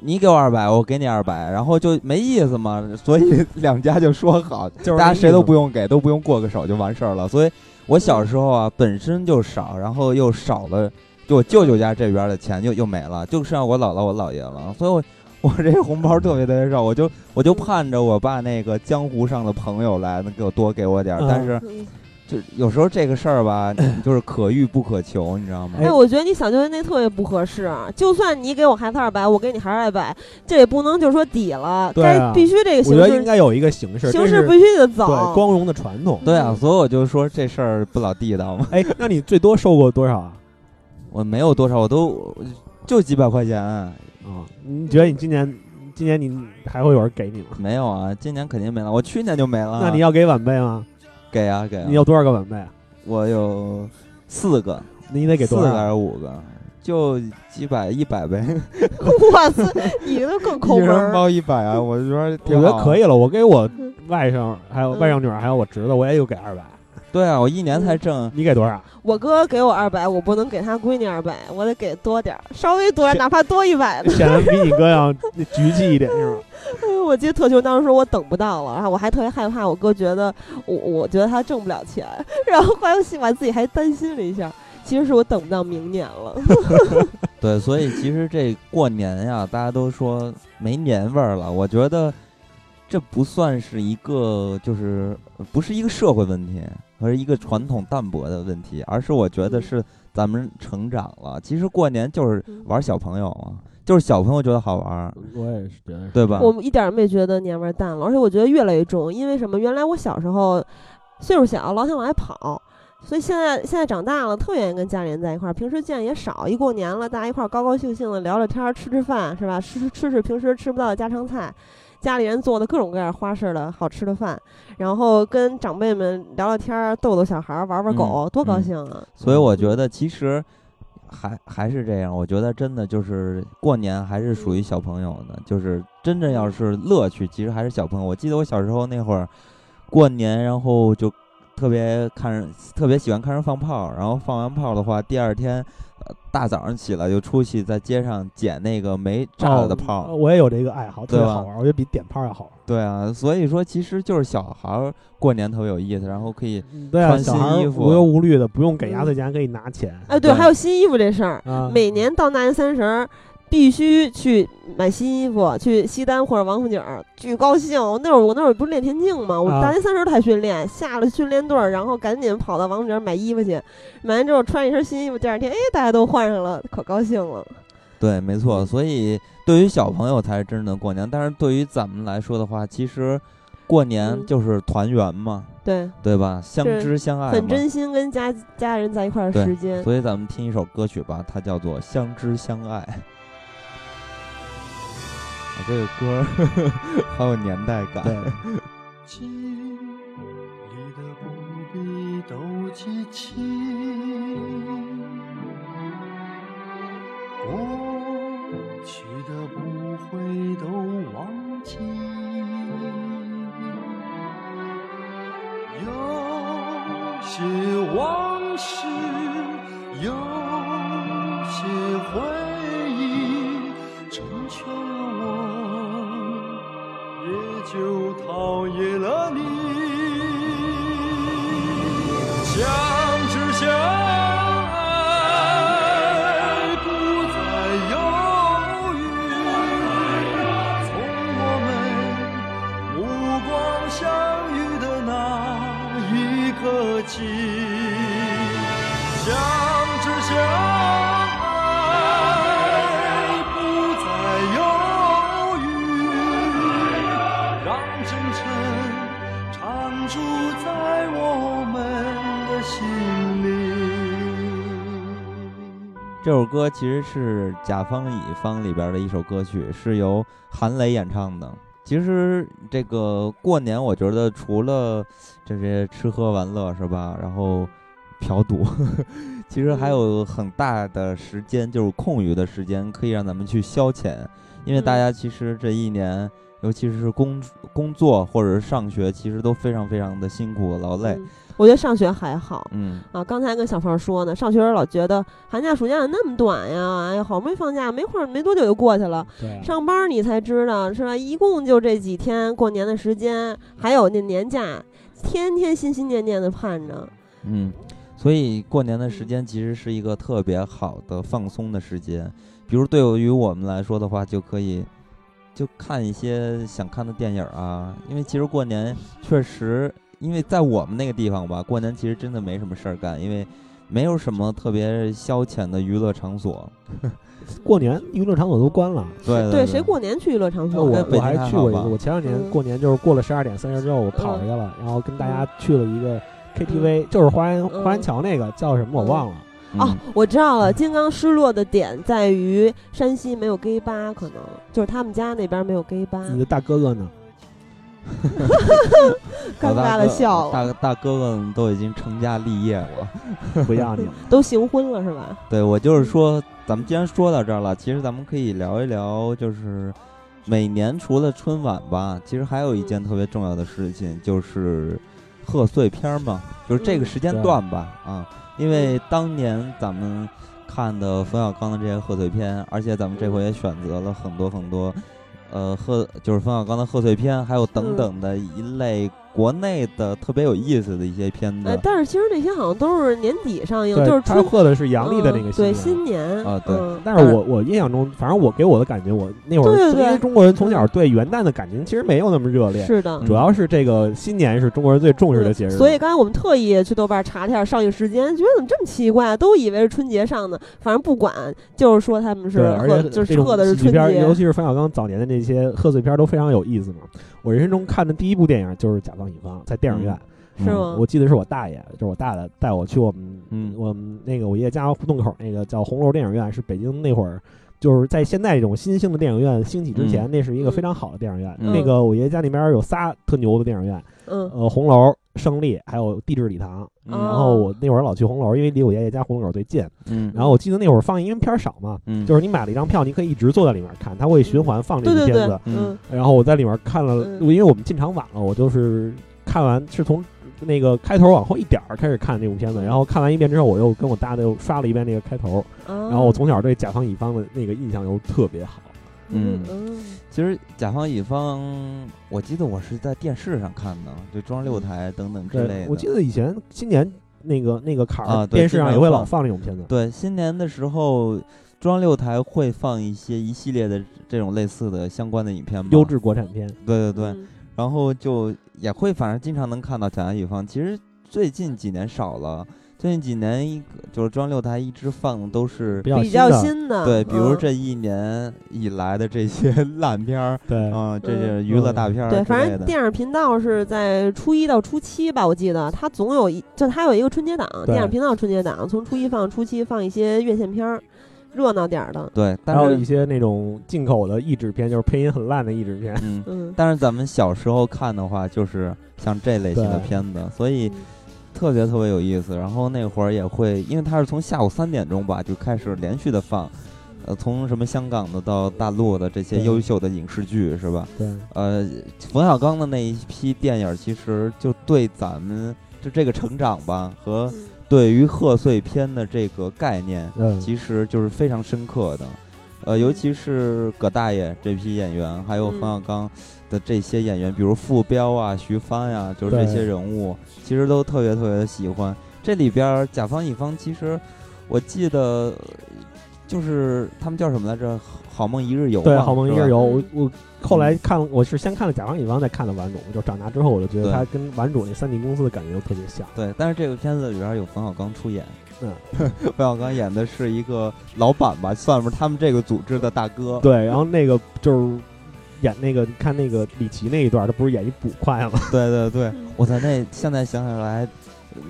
Speaker 2: 你给我二百，我给你二百，然后就没意思嘛，所以两家就说好，
Speaker 4: [laughs] 就是
Speaker 2: 大家
Speaker 4: 那意
Speaker 2: 谁都
Speaker 4: 思
Speaker 2: 不用给，都不用过个手就完事儿了。所以我小时候啊，本身就少，然后又少了，就我舅舅家这边的钱又又没了，就剩下我姥姥我姥爷了，所以我。 [laughs] 我这红包特别特别少，我就我就盼着我爸那个江湖上的朋友来，能给我多给我点儿。
Speaker 4: 嗯
Speaker 2: 但是
Speaker 3: 嗯
Speaker 2: 就有时候这个事儿吧，就是可遇不可求，你知道吗？
Speaker 3: 哎，我觉得你小舅舅那特别不合适。啊就算你给我孩子二百，我给你孩子二百，这也不能就说抵了，
Speaker 4: 对
Speaker 3: 该
Speaker 4: 啊
Speaker 3: 必须这个
Speaker 4: 我
Speaker 3: 形
Speaker 4: 觉得应
Speaker 3: 式
Speaker 4: 该有一个形式，
Speaker 3: 形
Speaker 4: 这
Speaker 3: 式
Speaker 4: 是
Speaker 3: 必须得
Speaker 4: 对
Speaker 3: 走。 [laughs]
Speaker 4: 光荣的传统。
Speaker 2: 对啊，所以我就说这事儿不老地道嘛。
Speaker 4: 哎，那你最多收过多少啊？
Speaker 2: 我没有多少，我都就几百块钱，嗯
Speaker 4: 啊，你觉得你今年今年你还会有人给你吗？
Speaker 2: 没有啊，今年肯定没了，我去年就没了。
Speaker 4: 那你要给晚辈吗？
Speaker 2: 给啊给啊，
Speaker 4: 你有多少个晚辈啊？
Speaker 2: 我有四个，
Speaker 4: 你得给
Speaker 2: 四
Speaker 4: 多
Speaker 2: 个还
Speaker 4: 少？啊
Speaker 2: 是五个？就几百 [laughs] 一百呗，
Speaker 3: 我操，你这更抠
Speaker 2: 一
Speaker 4: [laughs]
Speaker 3: 门
Speaker 2: 人
Speaker 3: 儿。
Speaker 2: 包一百啊！我觉得
Speaker 4: 我觉
Speaker 2: 挺好
Speaker 4: 得可以。了，我给我
Speaker 3: 嗯
Speaker 4: 外甥、还有
Speaker 3: 嗯
Speaker 4: 外甥女儿、还有我侄子，我也有给二百。
Speaker 2: 对啊，我一年才挣，
Speaker 4: 你给多少？啊
Speaker 3: 我哥给我二百，我不能给他闺女二百，我得给多点儿，稍微多点儿，
Speaker 4: 这
Speaker 3: 哪怕多一百的。[laughs]
Speaker 4: [laughs] 显得比你哥要局气一点是吧？
Speaker 3: 哎我记得特穷，当时我等不到了，然后我还特别害怕，我哥觉得我我觉得他挣不了钱， [laughs] 然后后来我心把自己还担心了一下，其实是我等不到明年了。
Speaker 2: 对，所以其实这过年呀，大家都说没年味儿了。我觉得这不算是一个，就是呃不是一个社会问题，而是一个传统淡薄的问题，而是我觉得
Speaker 3: 嗯
Speaker 2: 是咱们成长了。其实过年就是
Speaker 3: 嗯
Speaker 2: 玩小朋友嘛，就是小朋友觉得好玩儿，
Speaker 4: 我也是觉得
Speaker 2: 对吧？
Speaker 3: 我们一点儿没觉得年味儿淡了，而且我觉得越来越重，因为什么？原来我小时候岁数小，老想往外跑。所以现在现在长大了，特愿意跟家里人在一块儿，平时见也少。一过年了，大家一块儿高高兴兴的聊聊天儿，吃吃饭，是吧？吃吃吃吃平时吃不到的家常菜，家里人做的各种各样花式的好吃的饭，然后跟长辈们聊聊天儿，逗逗小孩儿，玩玩狗，
Speaker 2: 嗯
Speaker 3: 多高
Speaker 2: 嗯
Speaker 3: 兴啊！
Speaker 2: 所以我觉得其实还还是这样，我觉得真的就是过年还是属于小朋友的，就是真正要是乐趣，其实还是小朋友。我记得我小时候那会儿过年，然后就特别看人，特别喜欢看人放炮，然后放完炮的话，第二天。呃大早上起来就出去在街上捡那个没炸
Speaker 4: 哦
Speaker 2: 了的炮，
Speaker 4: 我也有这个爱好，特别
Speaker 2: 对吧
Speaker 4: 好玩。我觉得比点炮要好玩。
Speaker 2: 对啊，所以说其实就是小孩儿过年特别有意思，然后可以
Speaker 4: 对
Speaker 2: 嗯
Speaker 4: 啊，
Speaker 2: 穿
Speaker 4: 小
Speaker 2: 新
Speaker 4: 孩儿
Speaker 2: 衣服
Speaker 4: 无忧无虑的，不用给压岁钱，可以拿钱。
Speaker 3: 哎，嗯对，
Speaker 2: 对
Speaker 3: 还有新衣服这事儿，
Speaker 4: 啊，
Speaker 3: 每年到大年三十儿必须去买新衣服，去西单或者王府井儿，巨高兴。我那会儿我那会儿不是练田径嘛，我
Speaker 4: 啊
Speaker 3: 大年三十儿才训练，下了训练队儿，然后赶紧跑到王府井儿买衣服去，买完之后穿一身新衣服，第二天哎大家都换上了，可高兴了。
Speaker 2: 对，没
Speaker 3: 嗯
Speaker 2: 错。所以对于小朋友才是真正的过年，但是对于咱们来说的话，其实过年
Speaker 3: 嗯
Speaker 2: 就是团圆嘛，
Speaker 3: 对，
Speaker 2: 对吧？相
Speaker 3: 是
Speaker 2: 知相爱
Speaker 3: 很
Speaker 2: 嘛。
Speaker 3: 真心跟家家人在一块儿的
Speaker 2: 哎对
Speaker 3: 时间。
Speaker 2: 所以咱们听一首歌曲吧，它叫做《相知相爱》。
Speaker 3: [laughs]
Speaker 2: 我这个歌儿 [laughs] 好有年代感。
Speaker 4: 对，
Speaker 8: 经历的不必都记清，过去的不会都忘记。有些往事，有些回忆，成全了我。也就讨厌了你。相知相爱，不再犹豫。从我们目光相遇的那一刻起，相知相爱，不再犹豫。让真诚常驻在我们的心里。
Speaker 2: 这首歌其实是《甲方乙方》里边的一首歌曲，是由韩磊演唱的。其实这个过年，我觉得除了这些吃喝玩乐是吧，然后嫖赌， [laughs] 其实还有很大的时间，就是空余的时间，可以让咱们去消遣。因为大
Speaker 3: 嗯
Speaker 2: 家其实这一年，尤其是工工作或者是上学，其实都非常非常的辛苦劳累。
Speaker 3: 嗯我觉得上学还好
Speaker 2: 嗯，
Speaker 3: 啊，刚才跟小胖说呢，上学时候老觉得寒假暑假那么短呀，哎呀，好不容易放假，没会儿没多久就过去了。
Speaker 4: 对啊，
Speaker 3: 上班儿你才知道是吧？一共就这几天过年的时间，还有那年假，天天心心念念的盼着。
Speaker 2: 嗯，所以过年的时间其实是一个特别好的放松的时间。比如对于我们来说的话，就可以就看一些想看的电影啊，因为其实过年确实，因为在我们那个地方吧，过年其实真的没什么事儿干，因为没有什么特别消遣的娱乐场所。
Speaker 4: 过年娱乐场所都关了。
Speaker 2: 对对
Speaker 3: 对，谁过年去娱乐场
Speaker 4: 那
Speaker 3: 所
Speaker 2: 在
Speaker 4: 我
Speaker 3: 呀？
Speaker 2: 北
Speaker 4: 我
Speaker 2: 京
Speaker 4: 还
Speaker 2: 还
Speaker 4: 去
Speaker 2: 好
Speaker 4: 过一
Speaker 2: 吧
Speaker 4: 个，我前两
Speaker 3: 嗯
Speaker 4: 年过年就是过了十二点三十之后，我跑出去了，然后跟大家去了一个 KTV，就是花园
Speaker 3: 嗯
Speaker 4: 花园桥那个叫什么我忘了，
Speaker 2: 嗯
Speaker 3: 哦，我知道了。金刚失落的点在于山西没有 gay 吧，可能就是他们家那边没有 gay 吧，
Speaker 4: 你的大哥哥呢？
Speaker 3: 尴
Speaker 2: 老大
Speaker 3: 尬的
Speaker 2: 哥
Speaker 3: 笑了，
Speaker 2: 大大哥哥们都已经成家立业了。
Speaker 3: [laughs]
Speaker 4: 不要你了，
Speaker 3: 嗯都行婚了是吧？
Speaker 2: 对我
Speaker 3: 嗯
Speaker 2: 就是说，咱们既然说到这儿了，其实咱们可以聊一聊，就是每年除了春晚吧，其实还有一
Speaker 3: 嗯
Speaker 2: 件特别重要的事情，就是贺岁片儿嘛，就是这
Speaker 3: 嗯
Speaker 2: 个时间段吧，啊，因为当年咱们看的冯小刚的这些贺岁片，而且咱们这回也选择了很多很多。呃，贺就是冯小刚的贺岁片，还有
Speaker 3: 嗯
Speaker 2: 等等的一类国内的特别有意思的一些片子
Speaker 3: 哎，，但是其实那些好像都是年底上映，
Speaker 4: 对
Speaker 3: 就是
Speaker 4: 他
Speaker 3: 春
Speaker 4: 喝的是阳历的那
Speaker 3: 嗯
Speaker 4: 个
Speaker 3: 对
Speaker 4: 新年。
Speaker 3: 新年
Speaker 2: 啊对
Speaker 3: 嗯
Speaker 4: 但是我我印象中，反正我给我的感觉，我那会儿
Speaker 3: 对对对嗯
Speaker 4: 因为中国人从小对元旦的感情其实没有那么热烈，
Speaker 3: 是的。
Speaker 2: 嗯
Speaker 4: 主要是这个新年是中国人最重视的节日，
Speaker 3: 嗯所以刚才我们特意去豆瓣查了一下上映时间，觉得怎么这么奇怪、啊都以为是春节上的，反正不管，就是说他们是
Speaker 4: 对，而
Speaker 3: 贺，
Speaker 4: 且
Speaker 3: 就
Speaker 4: 这
Speaker 3: 是
Speaker 4: 种
Speaker 3: 贺的是
Speaker 4: 喜剧
Speaker 3: 春
Speaker 4: 片儿，尤
Speaker 3: 节。
Speaker 4: 其是冯小刚早年的那些贺岁片儿都非常有意思嘛。我人生中看的第一部电影就是《甲方乙方》，在电影院，
Speaker 3: 嗯
Speaker 4: 嗯
Speaker 3: 是吗
Speaker 4: 我记得是我大爷，就是我大爷带我去我们，
Speaker 2: 嗯
Speaker 4: 我们那个我爷爷家胡同口那个叫红楼电影院，是北京那会儿。就是在现在这种新兴的电影院兴起之前，
Speaker 2: 嗯
Speaker 4: 那是一个非常好的电影院。
Speaker 2: 嗯
Speaker 4: 那个我爷爷家那边有仨特牛的电影院，
Speaker 3: 嗯，
Speaker 4: 呃，红楼、胜利还有地质礼堂。
Speaker 2: 嗯
Speaker 3: 啊
Speaker 4: 然后我那会儿老去红楼，因为离我爷爷家胡同口最近。
Speaker 2: 嗯，
Speaker 4: 然后我记得那会儿放音片儿少嘛，
Speaker 2: 嗯
Speaker 4: 就是你买了一张票，你可以一直坐在里面看，它会循环放这
Speaker 3: 对
Speaker 4: 个
Speaker 3: 对
Speaker 4: 片
Speaker 3: 对
Speaker 4: 子。，
Speaker 3: 嗯
Speaker 2: 嗯
Speaker 4: 然后我在里面看了，
Speaker 3: 嗯
Speaker 4: 因为我们进场晚了，我就是看完是从那个开头往后一点儿开始看这部片子，然后看完一遍之后，我又跟我搭的又刷了一遍那个开头，
Speaker 3: 然
Speaker 4: 然后我从小对甲方乙方的那个印象又特别好。
Speaker 2: 嗯
Speaker 3: 嗯
Speaker 2: 其实甲方乙方，我记得我是在电视上看的，就中央六台等等之类
Speaker 4: 对，
Speaker 2: 的。
Speaker 4: 我记得以前今年那个那个坎
Speaker 2: 啊
Speaker 4: 儿
Speaker 2: 对
Speaker 4: 电视上
Speaker 2: 经常
Speaker 4: 也会
Speaker 2: 放
Speaker 4: 老放这种片子。
Speaker 2: 对新年的时候，中央六台会放一些一系列的这种类似的相关的影片嘛。
Speaker 4: 优质国产片，
Speaker 2: 对对对，
Speaker 3: 嗯
Speaker 2: 然后就也会，反正经常能看到甲方乙方。其实最近几年少了，最近几年一个就是中央六台一直放的都是
Speaker 4: 比较
Speaker 3: 比较
Speaker 4: 的，
Speaker 3: 新的，
Speaker 2: 对，比如
Speaker 3: 嗯
Speaker 2: 这一年以来的这些 [laughs] 烂片儿
Speaker 4: 对，
Speaker 2: 啊，这些娱乐大片儿之类的。
Speaker 3: 嗯对，反正电影频道是在初一到初七吧，我记得它总有一，就它有一个春节档，
Speaker 4: 对
Speaker 3: 电影频道春节档，从初一放初七放一些院线片儿，热闹点儿的。
Speaker 2: 对，
Speaker 4: 还有
Speaker 2: 但
Speaker 4: 一
Speaker 2: 是
Speaker 4: 些那种进口的译制片，就是配音很烂的译制片。
Speaker 2: 嗯。
Speaker 3: 嗯，
Speaker 2: 但是咱们小时候看的话，就是像这类型的
Speaker 4: 对
Speaker 2: 片子，所以特别特别有意思。然后那会儿也会，因为它是从下午三点钟吧就开始连续的放，呃，从什么香港的到大陆的这些
Speaker 4: 对
Speaker 2: 优秀的影视剧是吧？
Speaker 4: 对，
Speaker 2: 呃，冯小刚的那一批电影，其实就对咱们就这个成长吧，和
Speaker 3: 嗯
Speaker 2: 对于贺岁片的这个概念， [laughs]
Speaker 4: 嗯，
Speaker 2: 其实就是非常深刻的。呃，尤其是葛大爷这批演员，还有
Speaker 3: 嗯
Speaker 2: 冯小刚的这些演员，比如傅彪啊、徐帆呀、就是这
Speaker 4: 对
Speaker 2: 些人物，其实都特别特别的喜欢。这里边儿甲方乙方，其实我记得呃就是他们叫什么来着，《好梦一日游》
Speaker 4: 对，
Speaker 2: 嘛
Speaker 4: 《好梦一
Speaker 2: 是吧
Speaker 4: 日游》，我
Speaker 3: 嗯
Speaker 4: 我后来看，我是先看了甲方乙方，再看的顽主。就长大之后，我就觉得
Speaker 2: 对
Speaker 4: 他跟顽主那三 D 公司的感觉就特别像。
Speaker 2: 对，但是这个片子里边儿有冯小刚出演，
Speaker 4: 嗯，
Speaker 2: [laughs] 冯小刚演的是一个老板吧，算是他们这个组织的大哥。
Speaker 4: 对，然后那个就是演那个，你看那个李琦那一段，他不是演一捕快
Speaker 3: [laughs]
Speaker 4: 吗？ [laughs]
Speaker 2: 对对对
Speaker 3: 嗯，
Speaker 2: 我操，那现在想起来，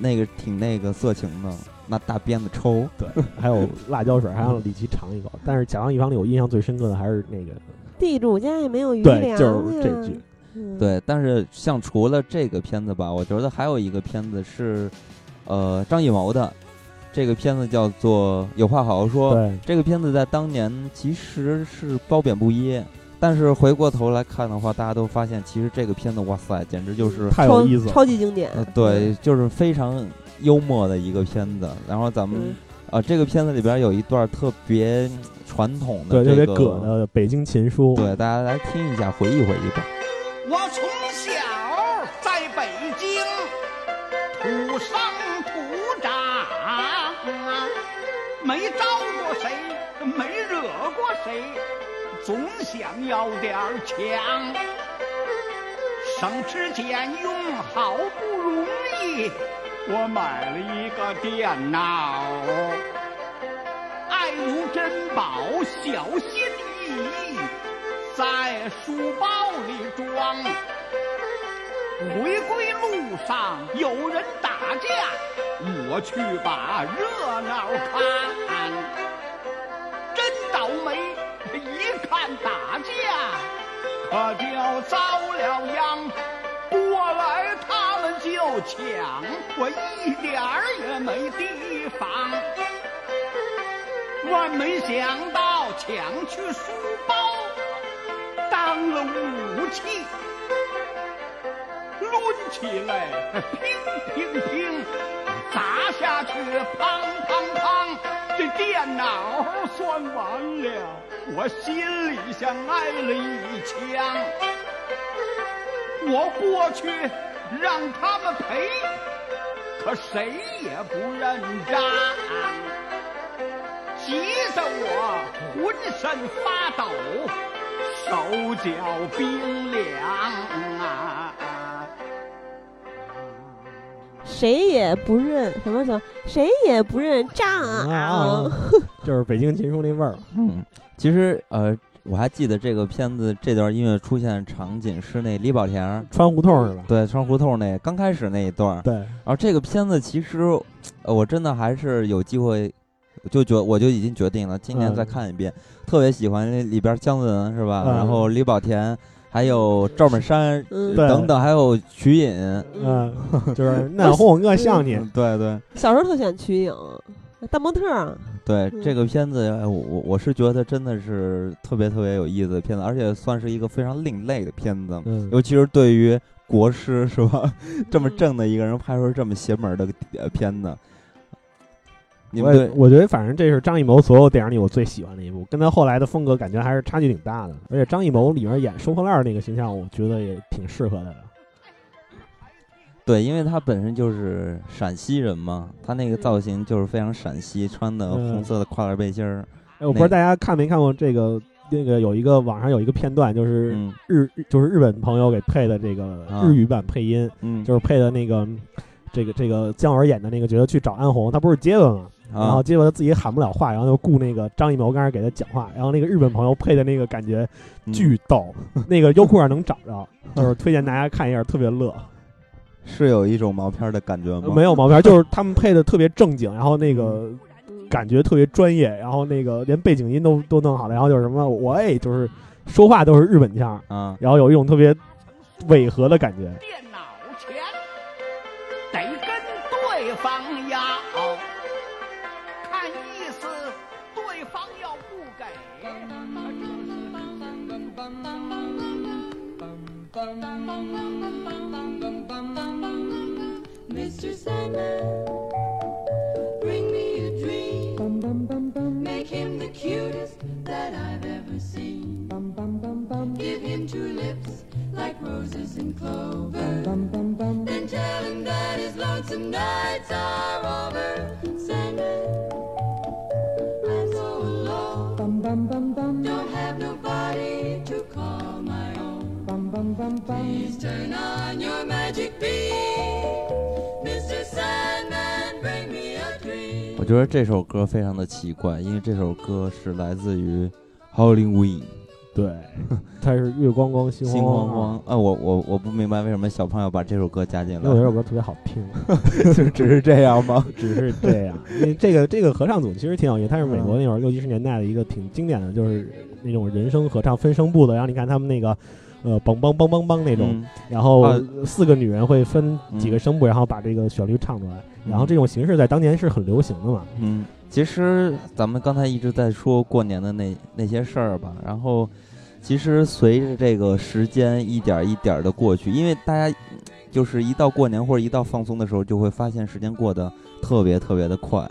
Speaker 2: 那个挺那个色情的，拿大鞭子抽。
Speaker 4: 对，还有辣椒水，还让李琦尝一口。但是甲方乙方里，我印象最深刻的还是那个
Speaker 3: 地主家也没有余粮
Speaker 4: 对，
Speaker 3: 呀。
Speaker 4: 就是这句。
Speaker 3: 嗯
Speaker 2: 对，但是像除了这个片子吧，我觉得还有一个片子是，呃，张艺谋的，这个片子叫做《有话好好说》。
Speaker 4: 对，
Speaker 2: 这个片子在当年其实是褒贬不一，但是回过头来看的话，大家都发现其实这个片子，哇塞，简直就是，
Speaker 4: 太
Speaker 3: 超
Speaker 4: 有意思了。
Speaker 3: 超级经典。
Speaker 2: 呃，对，就是非常幽默的一个片子。然后咱们
Speaker 3: 嗯，
Speaker 2: 啊、这个片子里边有一段特别传统的、
Speaker 4: 对，
Speaker 2: 这个，
Speaker 4: 特别葛的北京琴书，
Speaker 3: [laughs] 啊
Speaker 2: 对，大家来听一下，回忆回忆吧。
Speaker 9: 我从小在北京土生土长啊，没招过谁，没惹过谁，总想要点儿强。省吃俭用，好不容易我买了一个电脑，爱如珍宝，小心翼翼。在书包里装。回归路上有人打架，我去把热闹看。真倒霉，一看打架，可就遭了殃。过来他们就抢，我一点儿也没提防。万没想到抢去书包，当了武器，抡起来，乒乒乒，砸下去，砰砰砰，这电脑算完了，我心里像挨了一枪。我过去让他们赔，可谁也不认账。啊急得我浑身发抖，手脚冰凉啊！
Speaker 3: 谁也不认什么什么，谁也不认账啊！ [laughs]
Speaker 4: 啊，就是北京琴书那味儿。
Speaker 2: 嗯，其实呃，我还记得这个片子这段音乐出现的场景是那李保田儿
Speaker 4: 穿胡同是吧？
Speaker 2: 对穿胡同那刚开始那一段儿。
Speaker 4: 对，
Speaker 2: 然后这个片子其实，呃，我真的还是有机会，就觉我就已经决定了，今年
Speaker 4: 嗯
Speaker 2: 再看一遍。特别喜欢那里边姜文是吧？
Speaker 4: 嗯
Speaker 2: 然后李保田，还有赵本山、
Speaker 3: 嗯
Speaker 4: 对
Speaker 2: 等等，还有瞿颖。
Speaker 3: [laughs] 嗯，
Speaker 4: 嗯，就是那哄我
Speaker 2: [laughs]
Speaker 4: 像你，
Speaker 2: 嗯对对
Speaker 3: 小时候特喜欢瞿颖，大模特儿，
Speaker 2: 对，
Speaker 3: 嗯
Speaker 2: 这个片子哎我我我是觉得真的是特别特别有意思的片子，而且算是一个非常另类的片子。
Speaker 4: 嗯，
Speaker 2: 尤其是对于国师是吧？ [laughs] 这么
Speaker 3: 嗯
Speaker 2: 正的一个人拍出这么邪门儿的呃片子，你
Speaker 4: 我
Speaker 2: 们
Speaker 4: 也
Speaker 2: 对
Speaker 4: 我觉得反正这是张艺谋所有电影里我最喜欢的一部，跟他后来的风格感觉还是差距挺大的。而且张艺谋里面演收破烂儿那个形象，我觉得也挺适合他的。
Speaker 2: 对，因为他本身就是陕西人嘛，他那个造型就是非常陕西，穿的
Speaker 4: 嗯
Speaker 2: 红色的跨栏背心儿，
Speaker 4: 哎，我不知道
Speaker 2: 那个
Speaker 4: 大家看没看过这个那个有一个网上有一个片段，就是
Speaker 2: 嗯
Speaker 4: 日就是日本朋友给配的这个
Speaker 2: 啊
Speaker 4: 日语版配音，
Speaker 2: 嗯，
Speaker 4: 就是配的那个这个这个姜文演的那个角色去找安红，他不是接吻吗？然
Speaker 2: 啊
Speaker 4: 后，结果他自己喊不了话，然后就雇那个张艺谋跟那儿给他讲话，然后那个日本朋友配的那个感觉
Speaker 2: 嗯
Speaker 4: 巨逗， [laughs] 那个优酷上能找 [laughs] 着，就是推荐大家看一下，特别乐。
Speaker 2: 是有一种毛片儿的感觉吗？
Speaker 4: 呃没有毛片，就是他们配的特别正经，然后那个感觉特别专业，然后那个连背景音都都弄好了，然后就是什么我哎，就是说话都是日本腔，
Speaker 2: 啊，
Speaker 4: 然后有一种特别违和的感觉。
Speaker 9: 电脑前得跟对方要，看意思对方要不给，那这是
Speaker 2: 我觉得这首歌非常的奇怪，因为这首歌是来自于 Howling w i n
Speaker 4: [laughs] 对，它是月光光心
Speaker 2: 心慌
Speaker 4: 慌
Speaker 2: 慌。啊！我我我不明白为什么小胖要把这首歌加进
Speaker 4: 因为我
Speaker 2: [laughs] 来，
Speaker 4: 觉得这首歌特别好听，
Speaker 2: 就只是这样吗？
Speaker 4: 只是这样。因为这个这个合唱组其实挺有意思，它是美国那会儿六七十年代的一个挺经典的，就是那种人声合唱分声部的。然后你看他们那个，呃，梆梆梆梆梆那种，
Speaker 2: 嗯
Speaker 4: 然后
Speaker 2: 啊
Speaker 4: 四个女人会分几个
Speaker 2: 嗯
Speaker 4: 声部，然后把这个旋律唱出来。然后
Speaker 2: 嗯
Speaker 4: 这种形式在当年是很流行的嘛。
Speaker 2: 嗯，其实咱们刚才一直在说过年的那那些事儿吧，然后其实随着这个时间一点儿一点的过去，因为大家嗯就是一到过年或者一到放松的时候，就会发现时间过得特别特别的快，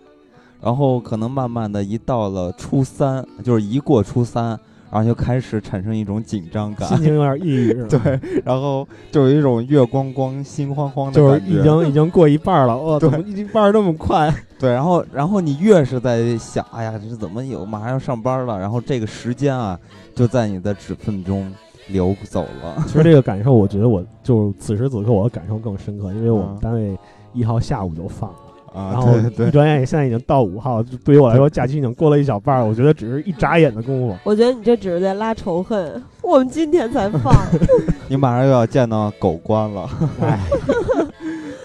Speaker 2: 然后可能慢慢的一到了初三，就是一过初三，然后就开始产生一种紧张感
Speaker 4: 心，情有点抑郁，是吧
Speaker 2: [laughs] 对，然后就有一种月光光、心慌慌的
Speaker 4: 就是
Speaker 2: 感觉，
Speaker 4: 已经已经过一半了，哇，
Speaker 2: 对
Speaker 4: 怎么一半儿那么快？
Speaker 2: 对，然后然后你越是在想，哎呀，这怎么有马上要上班了，然后这个时间啊，就在你的指缝中流走了。
Speaker 4: [laughs] 其实这个感受，我觉得我就是此时此刻我的感受更深刻，因为我们
Speaker 2: 嗯
Speaker 4: 单位一号下午就放了，然
Speaker 2: 啊，
Speaker 4: 后
Speaker 2: 对
Speaker 4: 一
Speaker 2: 对，
Speaker 4: 转眼现在已经到五号，就对于我来说假期已经过了一小半儿，我觉得只是一眨眼的功夫。
Speaker 3: 我觉得你这只是在拉仇恨。我们今天才
Speaker 4: [laughs]
Speaker 3: 放，
Speaker 2: 你马上又要见到狗官了。
Speaker 4: 哎，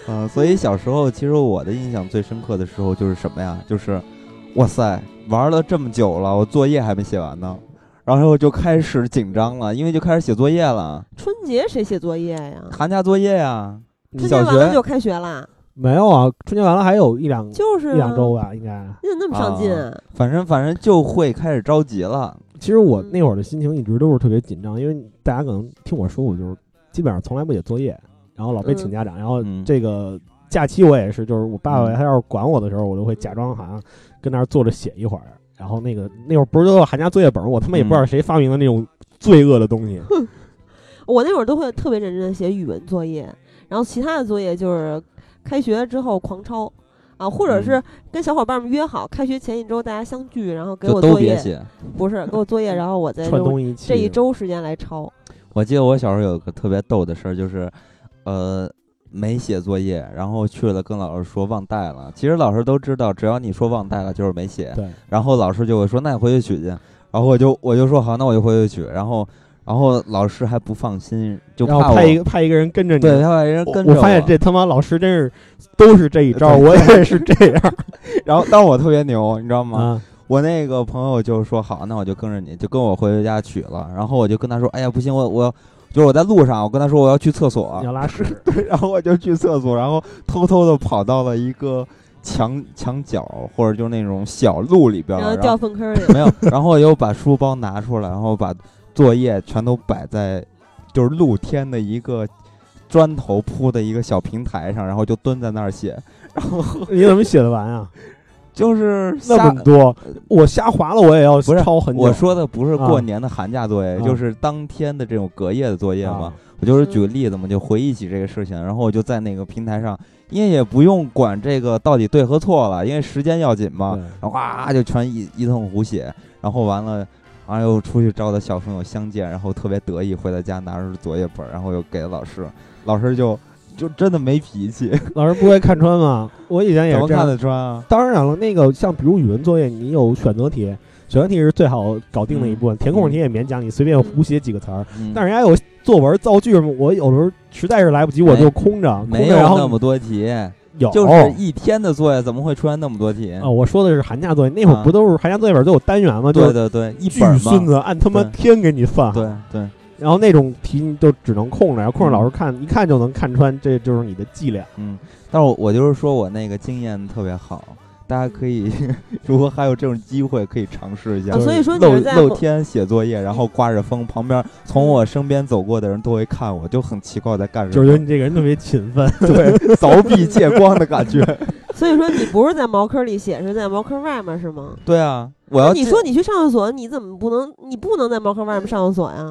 Speaker 2: 嗯，所以小时候其实我的印象最深刻的时候就是什么呀？就是，哇塞，玩了这么久了，我作业还没写完呢，然后就开始紧张了，因为就开始写作业了，
Speaker 3: 春节谁写作业呀？
Speaker 2: 寒假作业呀、
Speaker 3: 春节
Speaker 2: 小
Speaker 3: 嗯完了
Speaker 2: 学
Speaker 3: 就开学啦，
Speaker 4: 没有啊，春节完了还有一两嗯
Speaker 3: 就是
Speaker 4: 一
Speaker 3: 啊
Speaker 4: 两周吧，应该。
Speaker 3: 你怎么那么上进啊？
Speaker 2: 反正反正就会开始着急了。
Speaker 4: 其实我
Speaker 3: 嗯
Speaker 4: 那会儿的心情一直都是特别紧张，因为大家可能听我说，我就是基本上从来不写作业，然后老被请家长，然后
Speaker 2: 嗯
Speaker 4: 这个假期我也是，就是我爸爸
Speaker 2: 嗯
Speaker 4: 他要是管我的时候，我就会假装好像跟那儿坐着写一会儿，然后那个那会儿不是都有寒假作业本儿，我他妈也不知道谁发明的那种罪恶的东西，
Speaker 3: 我那会儿都会特别认真的写语文作业，然后其他的作业就是开学之后狂抄啊，或者是跟小伙伴们约好，开学前一周大家相聚，然后给
Speaker 2: 就
Speaker 3: 我
Speaker 2: 都
Speaker 3: 作
Speaker 2: 别
Speaker 3: 业，
Speaker 2: 写。
Speaker 3: 不是给我作业，然后我再
Speaker 4: 串
Speaker 3: 用
Speaker 4: 通一气。
Speaker 3: 这一周时间来抄。
Speaker 2: 我记得我小时候有个特别逗的事儿，就是，呃，没写作业，然后去了跟老师说忘带了。其实老师都知道，只要你说忘带了就是没写，
Speaker 4: 对，
Speaker 2: 然后老师就会说那你回去取去。然后我就我就说好，那我就回去取。然后然后老师还不放心，就
Speaker 4: 然
Speaker 2: 怕
Speaker 4: 后
Speaker 2: 我
Speaker 4: 派一个派一个人跟着你。
Speaker 2: 对，他把人
Speaker 4: 我
Speaker 2: 跟着
Speaker 4: 我发现这他妈老师真是都是这一招，
Speaker 2: 对
Speaker 4: 我也是这样
Speaker 2: 然后但我特别牛，你知道吗？
Speaker 4: 啊。
Speaker 2: 我那个朋友就说好，那我就跟着你，就跟我回家取了。然后我就跟他说，哎呀不行，我我就是我在路上，我跟他说我要去厕所
Speaker 4: 啊你，要拉屎，
Speaker 2: 然后我就去厕所，然后偷偷的跑到了一个墙墙角或者就是那种小路里边儿，
Speaker 3: 然后掉粪坑里，
Speaker 2: 没有，然后我又把书包拿出来，然后把作业全都摆在就是露天的一个砖头铺的一个小平台上，然后就蹲在那儿写，然后
Speaker 4: [laughs] 你怎么写得完啊？
Speaker 2: 就是
Speaker 4: 那
Speaker 2: 瞎呃
Speaker 4: 么多，我瞎划了，我也要
Speaker 2: 不是
Speaker 4: 抄很久。
Speaker 2: 我说的不是过
Speaker 4: 啊
Speaker 2: 年的寒假作业，
Speaker 4: 啊
Speaker 2: 就是当天的这种隔夜的作业嘛。
Speaker 4: 啊
Speaker 2: 我就是举个例子嘛，就回忆起这个事情，然后我就在那个平台上，因为也不用管这个到底对和错了，因为时间要紧嘛，
Speaker 4: 对
Speaker 2: 然后哇就全一一通胡写，然后完了，然后又出去找的小朋友相见，然后特别得意，回到家拿着作业本，然后又给老师，老师就就真的没脾气，
Speaker 4: 老师不会看穿吗？我以前也
Speaker 2: 怎
Speaker 4: 是
Speaker 2: 么
Speaker 4: 这
Speaker 2: 看
Speaker 4: 样。
Speaker 2: 得穿啊？
Speaker 4: 当然了，那个像比如语文作业，你有选择题，选择题是最好搞定的一部分，填空题也勉强你随便胡写几个词儿。
Speaker 2: 嗯
Speaker 4: 但是人家有作文造句什么，我有时候实在是来不及，我就空着，空
Speaker 2: 嗯没
Speaker 4: 着
Speaker 2: 有
Speaker 4: 然后哦
Speaker 2: 那么多题，
Speaker 4: 有
Speaker 2: 就是一天的作业，怎么会出现那么多题？
Speaker 4: 啊，我说的是寒假作业，那会儿
Speaker 2: 啊
Speaker 4: 不都是寒假作业本都有单元吗？
Speaker 2: 对
Speaker 4: 就是
Speaker 2: 对对，一
Speaker 4: 巨
Speaker 2: 本嘛，
Speaker 4: 孙子按他妈
Speaker 2: 对
Speaker 4: 天给你算，
Speaker 2: 对对。
Speaker 4: 然后那种题你就只能空着，然后空
Speaker 2: 嗯
Speaker 4: 着老师看一看就能看穿，这就是你的伎俩。
Speaker 2: 嗯，但是我我就是说我那个经验特别好，大家可以 [laughs] 如果还有这种机会可以尝试一下。
Speaker 3: 嗯啊所以说你
Speaker 2: 露
Speaker 3: 是在
Speaker 2: 露
Speaker 3: 嗯
Speaker 2: 天写作业，然后刮着风，旁边从我身边走过的人都会看我，就很奇怪我在干什
Speaker 4: 就是觉得
Speaker 2: 么，
Speaker 4: 你这个人特别勤奋，
Speaker 2: 对，凿壁借光的感
Speaker 3: [laughs]
Speaker 2: 觉。
Speaker 3: 所以说你不是在茅坑里写，是在茅坑外面是吗？
Speaker 2: 对啊，我
Speaker 3: 那
Speaker 2: 要
Speaker 3: 你
Speaker 2: 进
Speaker 3: 说你去上厕所，你怎么不能？你不能在茅坑外面上厕所呀？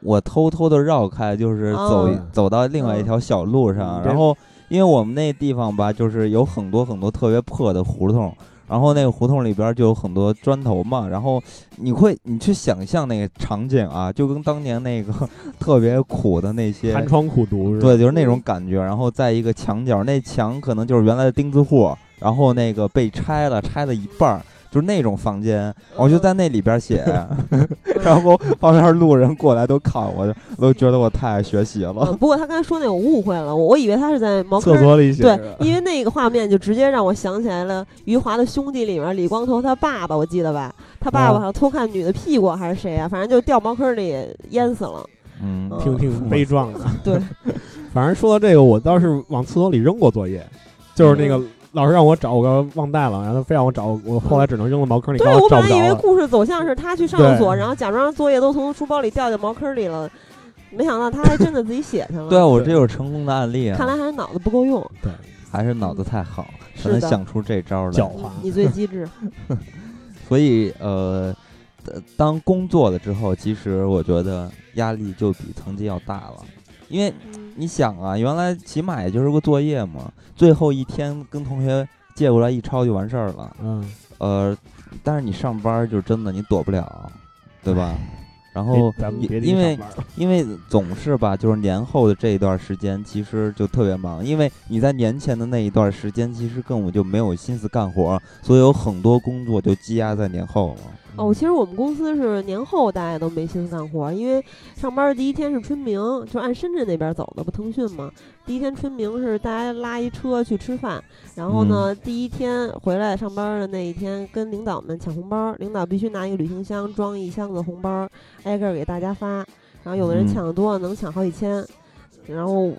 Speaker 2: 我偷偷的绕开，就是走、
Speaker 3: 哦
Speaker 2: 走到另外一条小路上，
Speaker 4: 嗯
Speaker 2: 然后因为我们那地方吧，就是有很多很多特别破的胡同，然后那个胡同里边就有很多砖头嘛，然后你会你去想象那个场景啊，就跟当年那个 [laughs] 特别苦的那些
Speaker 4: 寒窗苦读是吧？
Speaker 2: 对，就是那种感觉。然后在一个墙角，那墙可能就是原来的钉子户，然后那个被拆了，拆了一半儿，就是那种房间，我就
Speaker 3: 嗯
Speaker 2: 在那里边
Speaker 3: [laughs]
Speaker 2: 写， [laughs] 然后旁边路人过来都看我，都觉得我太爱学习了
Speaker 3: 嗯，。不过他刚才说那我误会了，我我以为他是在茅坑
Speaker 4: 厕
Speaker 3: 儿
Speaker 4: 所里写
Speaker 3: 对
Speaker 4: [laughs] 着，，
Speaker 3: 因为那个画面就直接让我想起来了《余华的兄弟》里面李光头他爸爸，我记得吧？他
Speaker 4: 哦
Speaker 3: 爸爸好像偷看女的屁股还是谁啊？反正就掉茅坑里淹死了。
Speaker 2: 嗯，
Speaker 3: 嗯
Speaker 4: 挺挺悲壮
Speaker 2: [laughs]
Speaker 4: 的。
Speaker 3: 对，
Speaker 4: [laughs] 反正说到这个，我倒是往厕所里扔过作业，就是那个
Speaker 2: 嗯
Speaker 4: 老师让我找，我刚忘带了，然后他非让我找，我后来只能扔到茅坑里，
Speaker 3: 对
Speaker 4: 然后
Speaker 3: 我
Speaker 4: 找
Speaker 3: 本
Speaker 4: 不
Speaker 3: 来
Speaker 4: 着
Speaker 3: 以为
Speaker 4: 了。
Speaker 3: 故事走向是他去上厕所，然后假装作业都从书包里掉进茅坑里了，没想到他还真的自己写去了。
Speaker 2: 对我这有成功的案例
Speaker 3: 看
Speaker 2: 啊，
Speaker 3: 来还是脑子不够用，
Speaker 4: 对，
Speaker 2: 还是脑子太好，才
Speaker 3: 是
Speaker 2: 能
Speaker 3: 的
Speaker 2: 想出这招来
Speaker 4: 狡。猾
Speaker 3: 你最机智。
Speaker 2: 所以呃，呃当工作了之后，其实我觉得压力就比曾经要大了，因为你想啊，原来起码也就是个作业嘛，最后一天跟同学借过来一抄就完事儿了。
Speaker 4: 嗯，
Speaker 2: 呃，但是你上班儿就真的你躲不了，对吧？然
Speaker 4: 别
Speaker 2: 后
Speaker 4: 咱们
Speaker 2: 因
Speaker 4: 别
Speaker 2: 哦
Speaker 4: 提
Speaker 2: 因为
Speaker 4: 上班了
Speaker 2: 因为总是吧，就是年后的这一段时间，其实就特别忙，因为你在年前的那一段时间，其实根本就没有心思干活儿，所以有很多工作就积压在年后了。
Speaker 3: 哦，其实我们公司是年后大家都没心思干活，因为上班的第一天是春明，就按深圳那边走的，不腾讯嘛。第一天春明是大家拉一车去吃饭，然后呢，第一天回来上班的那一天，跟领导们抢红包，领导必须拿一个旅行箱装一箱子红包，挨个儿给大家发。然后有的人
Speaker 2: 嗯
Speaker 3: 抢得多，能抢好几千。然后，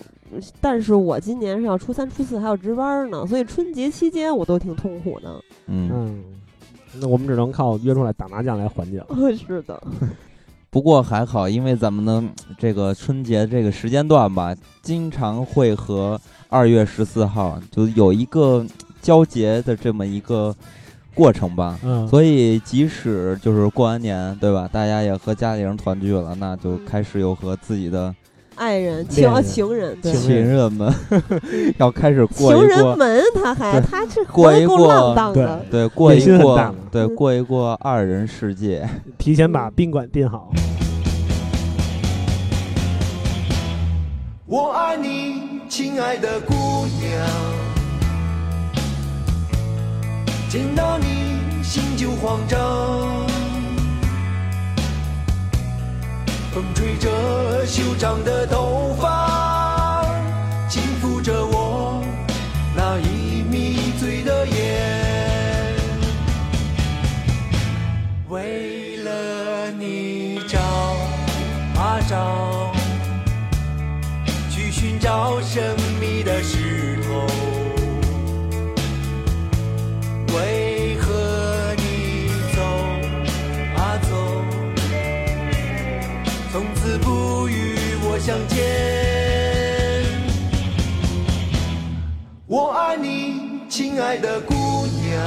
Speaker 3: 但是我今年是要初三、初四还要值班呢，所以春节期间我都挺痛苦的。 [laughs]
Speaker 2: 嗯，
Speaker 4: 嗯，那我们只能靠约出来打麻将来缓解了。
Speaker 3: 是的，
Speaker 2: 不过还好，因为咱们的这个春节这个时间段吧，经常会和二月十四号就有一个交接的这么一个过程吧。
Speaker 4: 嗯，
Speaker 2: 所以，即使就是过完年，对吧？大家也和家里人团聚了，那就开始有和自己的
Speaker 3: 爱人、情
Speaker 4: 恋人
Speaker 3: 情人，
Speaker 2: [laughs]
Speaker 3: 对，
Speaker 2: 情人
Speaker 3: [laughs]
Speaker 2: 们要开始过
Speaker 3: 情
Speaker 2: 一
Speaker 3: 人
Speaker 2: 过，
Speaker 3: 们，他还
Speaker 2: 对
Speaker 3: 他这
Speaker 2: 过一
Speaker 3: 活得够
Speaker 2: 过
Speaker 3: 浪荡的，
Speaker 2: 对，过
Speaker 4: 野
Speaker 2: 一
Speaker 4: 心很大
Speaker 2: 过
Speaker 4: 嘛，
Speaker 2: 对，
Speaker 3: 嗯
Speaker 2: 过一过二人世界。
Speaker 4: 提前把宾馆订好。
Speaker 8: 我爱你，亲爱的姑娘，见到你心就慌张，风吹着修长的头发，轻抚着我那已迷醉的眼，为了你找啊找。去寻找神秘的石头。为何你走啊走，从此不与我相见？我爱你，亲爱的姑娘，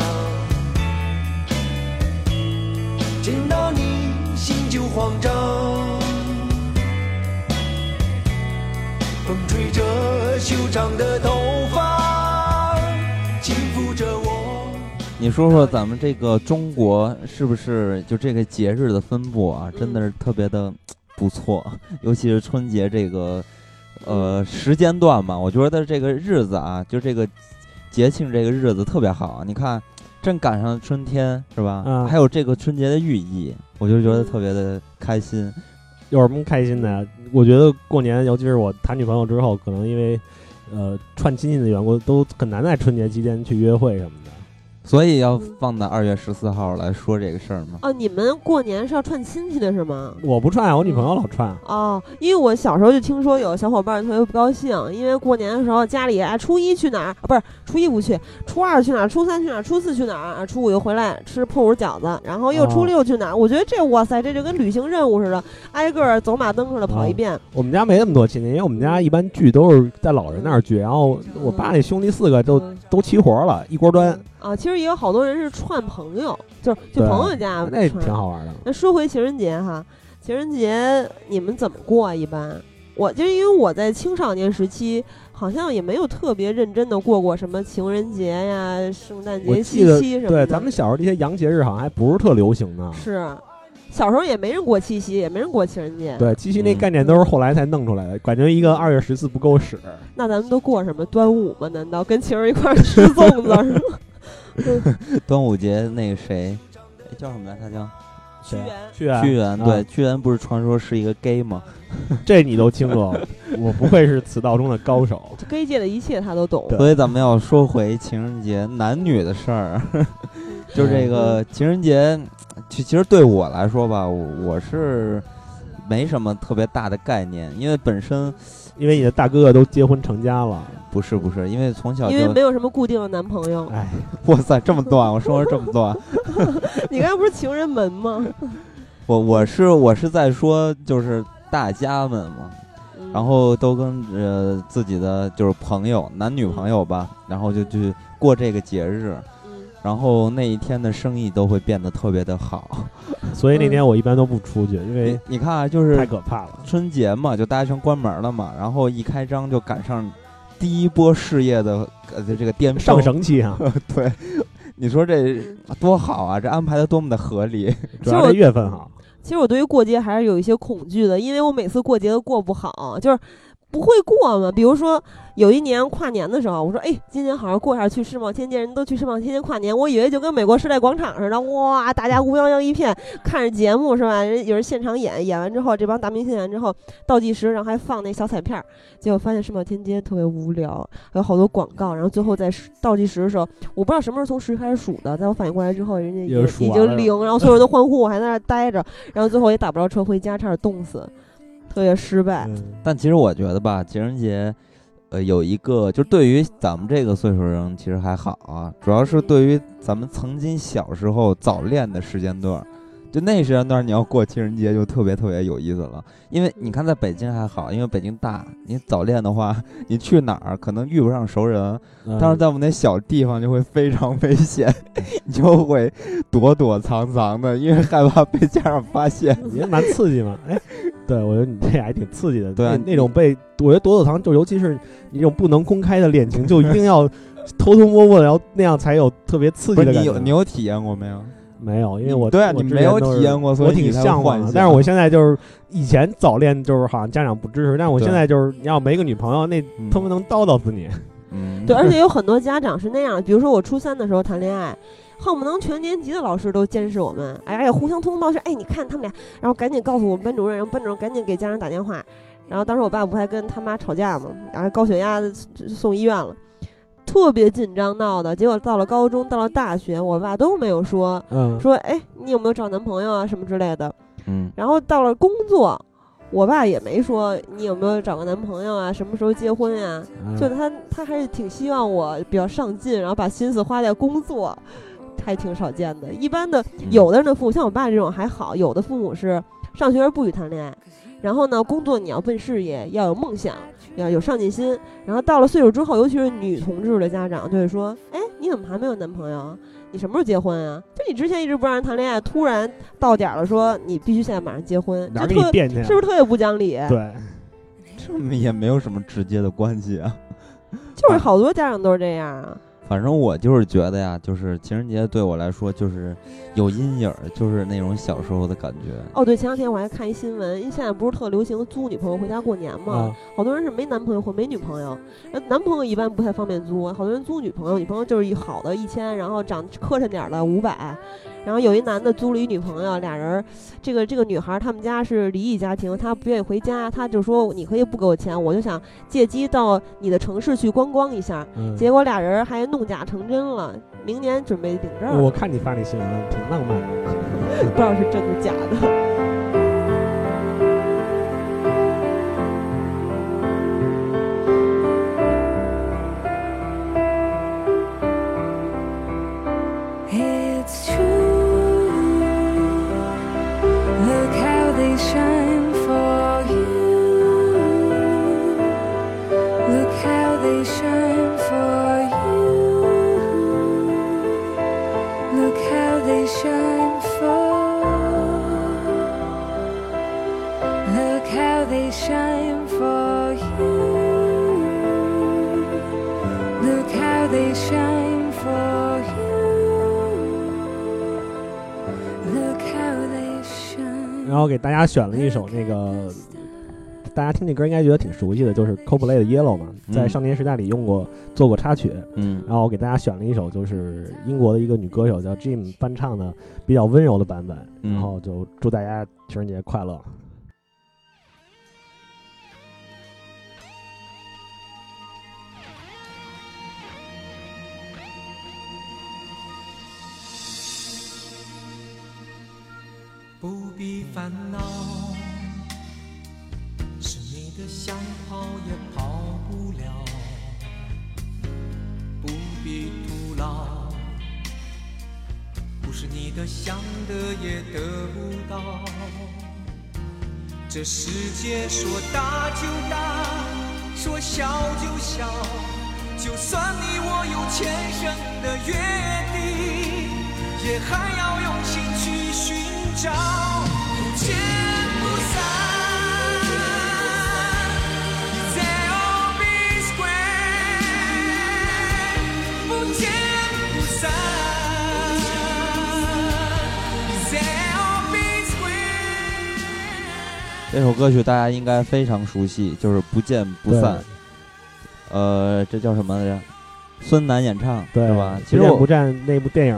Speaker 8: 见到你心就慌张。风吹着修长的头发，轻抚着我。
Speaker 2: 你说说咱们这个中国是不是就这个节日的分布啊，真的
Speaker 3: 嗯
Speaker 2: 是特别的不错，尤其是春节这个呃时间段嘛，我觉得这个日子啊，就这个节庆这个日子特别好。啊你看，正赶上春天是吧？
Speaker 4: 嗯
Speaker 2: 还有这个春节的寓意，我就觉得特别的开心。
Speaker 4: 有什么开心的呀？我觉得过年，尤其是我谈女朋友之后，可能因为呃串亲戚的缘故，都很难在春节期间去约会什么的。
Speaker 2: 所以要
Speaker 3: 嗯
Speaker 2: 放到二月十四号来说这个事儿吗？
Speaker 3: 哦，你们过年是要串亲戚的是吗？
Speaker 4: 我不串，我女朋友老串。
Speaker 3: 哦，因为我小时候就听说有小伙伴儿特别不高兴，因为过年的时候家里啊，初一去哪儿啊？不是初一不去，初二去哪儿？初三去哪儿？初四去哪儿？啊，初五又回来吃破五饺子，然后又
Speaker 4: 哦
Speaker 3: 初六去哪儿？我觉得这哇塞，这就跟旅行任务似的，挨个儿走马灯似的跑一
Speaker 4: 哦
Speaker 3: 遍。
Speaker 4: 我们家没那么多亲戚，因为我们家一般聚都是在老人那儿聚，然后我爸那兄弟四个都
Speaker 3: 嗯
Speaker 4: 都齐活了，一
Speaker 2: 嗯
Speaker 4: 锅
Speaker 2: 哎
Speaker 4: 端，
Speaker 3: 啊，其实也有好多人是串朋友，就是去
Speaker 4: 对
Speaker 3: 朋友家
Speaker 4: 那
Speaker 3: 串
Speaker 4: 挺好玩的。
Speaker 3: 那说回情人节哈，情人节你们怎么过啊？一般我就是因为我在青少年时期，好像也没有特别认真的过过什么情人节呀、圣诞
Speaker 4: 我
Speaker 3: 节、七
Speaker 4: 记得
Speaker 3: 夕什么的。
Speaker 4: 对咱们小时候这些洋节日好像还不是特流行呢。
Speaker 3: 是小时候也没人过七夕，也没人过情人节。
Speaker 4: 对，七夕那
Speaker 2: 嗯
Speaker 4: 概念都是后来才弄出来
Speaker 3: 嗯
Speaker 4: 的，感觉一个二月十四不够使。 [laughs]
Speaker 3: 那咱们都过什么端午吗？难道跟情人一块儿吃粽子是吗？
Speaker 2: 端午节那个谁，哎叫什么来？他叫
Speaker 3: 屈原，
Speaker 4: 屈原
Speaker 2: 屈原。
Speaker 4: 啊
Speaker 2: 对，屈原不是传说是一个 gay 吗？
Speaker 4: 这你都清楚，我不愧是此道中的高手。
Speaker 3: 这 gay 界的一切他都懂。
Speaker 4: 对
Speaker 2: 所以咱们要说回情人节男女的事儿，就是这个情人节，其其实对我来说吧，我我是没什么特别大的概念，因为本身
Speaker 4: 因为你的大哥哥都结婚成家了，
Speaker 2: 不是不是，因为从小
Speaker 3: 因为
Speaker 2: 就
Speaker 3: 没有什么固定的男朋友， [laughs]
Speaker 4: 哎，
Speaker 2: [laughs] 哇塞这么断，我生活这么断，
Speaker 3: 你刚才不是情人门
Speaker 4: [laughs]
Speaker 3: 吗？
Speaker 2: 我我是我是在说就是大家们嘛，
Speaker 3: 嗯
Speaker 2: 然后都跟呃自己的就是朋友男女朋友吧，然后就去过这个节日，
Speaker 3: 嗯
Speaker 2: 然后那一天的生意都会变得特别的好。
Speaker 4: 所以那天我一般都不出去，
Speaker 2: 你
Speaker 4: 因为
Speaker 2: 你看啊，就是
Speaker 4: 太可怕了。
Speaker 2: 春节嘛，就大家全关门了嘛，然后一开张就赶上第一波事业的呃这个巅峰
Speaker 4: 上。升
Speaker 2: [laughs]
Speaker 4: 期啊，
Speaker 2: 对，你说这多好啊！这安排的多么的合理。
Speaker 4: 主要这月份好，
Speaker 3: 其实我对于过节还是有一些恐惧的，因为我每次过节都过不好，就是不会过嘛。比如说有一年跨年的时候，我说哎，今年好好过一下，去世贸天阶，人都去世贸天阶跨年，我以为就跟美国时代广场似的，哇，大家乌泱泱一片，看着节目是吧？人有人现场演，演完之后，这帮大明星演完之后倒计时，然后还放那小彩片儿，结果发现世贸天阶特别无聊，有好多广告，然后最后在时倒计时的时候，我不知道什么时候从十开始数的，在我反应过来之后，人家已
Speaker 4: 有
Speaker 3: 经
Speaker 4: 人数
Speaker 3: 已
Speaker 4: 完
Speaker 3: 经
Speaker 4: 了
Speaker 3: 零，然后所有人都欢呼，我还在那儿待着，然后最后也打不着车回家，差点冻死，特别失败。
Speaker 4: 嗯
Speaker 2: 但其实我觉得吧，情人节，呃，有一个就是对于咱们这个岁数人其实还好啊，主要是对于咱们曾经小时候早恋的时间段儿，就那时间段儿你要过情人节就特别特别有意思了。因为你看在北京还好，因为北京大，你早恋的话，你去哪儿可能遇不上熟人，
Speaker 4: 嗯
Speaker 2: 但是在我们那小地方就会非常危险， [laughs] 你就会躲躲藏藏的，因为害怕被家长发现。
Speaker 4: 嗯也蛮刺激嘛。哎，对我觉得你这还挺刺激的。
Speaker 2: 对啊
Speaker 4: 那
Speaker 2: 你
Speaker 4: 那种被我觉得躲躲藏，就尤其是你这种不能公开的恋情，就一定要 [laughs] 偷偷摸摸的，然后那样才有特别刺
Speaker 2: 不
Speaker 4: 激
Speaker 2: 是
Speaker 4: 的
Speaker 2: 你
Speaker 4: 感
Speaker 2: 有
Speaker 4: 觉。
Speaker 2: 你有体验过没有？
Speaker 4: 没有？因为我
Speaker 2: 对啊
Speaker 4: 我
Speaker 2: 你
Speaker 4: 之
Speaker 2: 没
Speaker 4: 前
Speaker 2: 有
Speaker 4: 都是
Speaker 2: 体验过所以
Speaker 4: 我
Speaker 2: 你
Speaker 4: 挺
Speaker 2: 才会
Speaker 4: 向
Speaker 2: 幻
Speaker 4: 往的
Speaker 2: 想。
Speaker 4: 但是我现在就是以前早恋就是好像家长不支持，但是我
Speaker 2: 对
Speaker 4: 现在就是你要没个女朋友，那
Speaker 2: 嗯
Speaker 4: 他妈能叨叨
Speaker 2: [laughs]
Speaker 4: 死你。
Speaker 2: 嗯，
Speaker 3: 对，而且有很多家长是那样，比如说我初三的时候谈恋爱，恨不能全年级的老师都监视我们，哎呀，互相通报是，哎，你看他们俩，然后赶紧告诉我们班主任，然后班主任赶紧给家长打电话，然后当时我爸不还跟他妈吵架嘛，然后高血压送医院了。特别紧张闹的，结果到了高中，到了大学，我爸都没有说
Speaker 4: 嗯，
Speaker 3: 说，哎，你有没有找男朋友啊什么之类的。
Speaker 2: 嗯。
Speaker 3: 然后到了工作，我爸也没说你有没有找个男朋友啊，什么时候结婚呀、
Speaker 4: 嗯
Speaker 3: 就他他还是挺希望我比较上进，然后把心思花在工作，还挺少见的。一般的
Speaker 4: 嗯
Speaker 3: 有的人的父母，像我爸这种还好，有的父母是上学时不许谈恋爱。
Speaker 4: 嗯
Speaker 3: 然后呢，工作你要奔事业，要有梦想，要有上进心。然后到了岁数之后，尤其是女同志的家长就会说：“哎，你怎么还没有男朋友啊？你什么时候结婚啊？就你之前一直不让人谈恋爱，突然到点儿了说你必须现在马上结婚，
Speaker 4: 哪
Speaker 3: 就
Speaker 4: 儿给你
Speaker 3: 特
Speaker 4: 变去啊？
Speaker 3: 是不是特别不讲理？
Speaker 4: 对，嗯
Speaker 2: 这么 [laughs] 也没有什么直接的关系啊。
Speaker 3: 就是好多家长都是这样啊。
Speaker 2: 反正我就是觉得呀，就是情人节对我来说就是有阴影儿，就是那种小时候的感觉。
Speaker 3: 哦，对，前两天我还看一新闻，因为现在不是特流行租女朋友回家过年嘛，
Speaker 4: 啊，
Speaker 3: 好多人是没男朋友或没女朋友，那男朋友一般不太方便租，好多人租女朋友，女朋友就是一好的一千，然后长磕碜点儿的五百，然后有一男的租了一女朋友，俩人儿，这个这个女孩儿他们家是离异家庭，她不愿意回家，她就说你可以不给我钱，我就想借机到你的城市去观光一下，
Speaker 4: 嗯
Speaker 3: 结果俩人儿还弄假成真了，明年准备领证儿，
Speaker 4: 我看你发那新闻了，挺浪漫的。
Speaker 3: 不知道是真的假的。 [laughs]
Speaker 1: It's true. Look how they shine for you. Look how they shine for you. Look how they shine for. Look how they shine for you. Look how they shine for you. Look how they shine.
Speaker 4: 然后给大家选了一首那个大家听这歌应该觉得挺熟悉的，就是 Coldplay 的 Yellow 嘛，
Speaker 2: 嗯
Speaker 4: 在少年时代里用过做过插曲。
Speaker 2: 嗯
Speaker 4: 然后我给大家选了一首，就是英国的一个女歌手叫 Jim 翻唱的比较温柔的版本。
Speaker 2: 嗯
Speaker 4: 然后就祝大家情人节快乐。
Speaker 5: 不必烦恼，是你的想跑也跑不了，不必徒劳，不是你的想得也得不到。这世界说大就大，说小就小，就算你我有前生的约定，也还要用心去寻找，不见不散。It's all be square，不见不散。It's all be square。
Speaker 2: 这首歌曲大家应该非常熟悉，就是《不见不散》。呃，这叫什么来着？孙楠演唱，
Speaker 4: 对，
Speaker 2: 是
Speaker 4: 对
Speaker 2: 吧？
Speaker 4: 《
Speaker 2: 其实
Speaker 4: 不
Speaker 2: 我，
Speaker 4: 战》那部电影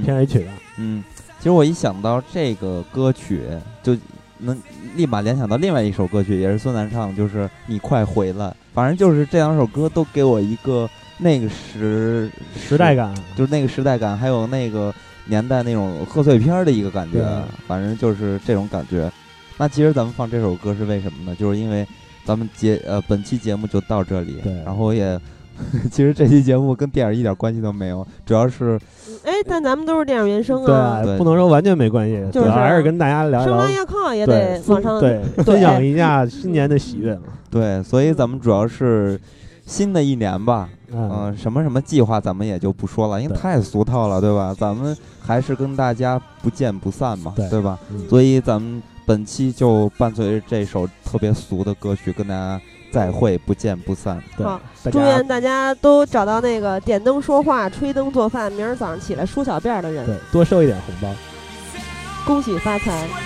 Speaker 4: 的片尾曲啊。
Speaker 2: 嗯，其实我一想到这个歌曲，就能立马联想到另外一首歌曲，也是孙楠唱，就是《你快回来》。反正就是这两首歌都给我一个那个时
Speaker 4: 时代，感，
Speaker 2: 就是那个时代感，还有那个年代那种贺岁片儿的一个感觉
Speaker 4: 对，
Speaker 2: 反正就是这种感觉。那其实咱们放这首歌是为什么呢？就是因为咱们节呃本期节目就到这里
Speaker 4: 对，
Speaker 2: 然后也 [laughs] 其实这期节目跟电影一点关系都没有，主要是
Speaker 3: 哎，但咱们都是电影原声
Speaker 4: 对
Speaker 3: 啊
Speaker 4: 啊，，
Speaker 2: 对
Speaker 4: 不能说完全没关系，
Speaker 3: 就
Speaker 4: 主
Speaker 3: 是
Speaker 4: 要还是跟大家聊一
Speaker 3: 声
Speaker 4: 聊
Speaker 3: 当，夜靠也
Speaker 4: 对
Speaker 3: 得，往上
Speaker 4: 对，分享一下新年的喜悦嘛。
Speaker 2: 对，所以咱们主要是新的一年吧，
Speaker 4: 嗯，
Speaker 2: 嗯，什么什么计划咱们也就不说了，因为
Speaker 4: 对
Speaker 2: 太俗套了，对吧？咱们还是跟大家不见不散嘛，
Speaker 4: 对
Speaker 2: 对吧？
Speaker 4: 嗯
Speaker 2: 所以咱们本期就伴随着这首特别俗的歌曲跟大家再会，不见不散。
Speaker 4: 对
Speaker 3: 好，
Speaker 4: 大
Speaker 3: 祝
Speaker 4: 家
Speaker 3: 愿大家都找到那个点灯说话、吹灯做饭、明儿早上起来梳小辫儿的人，
Speaker 4: 对多收一点红包。
Speaker 3: 恭喜发财。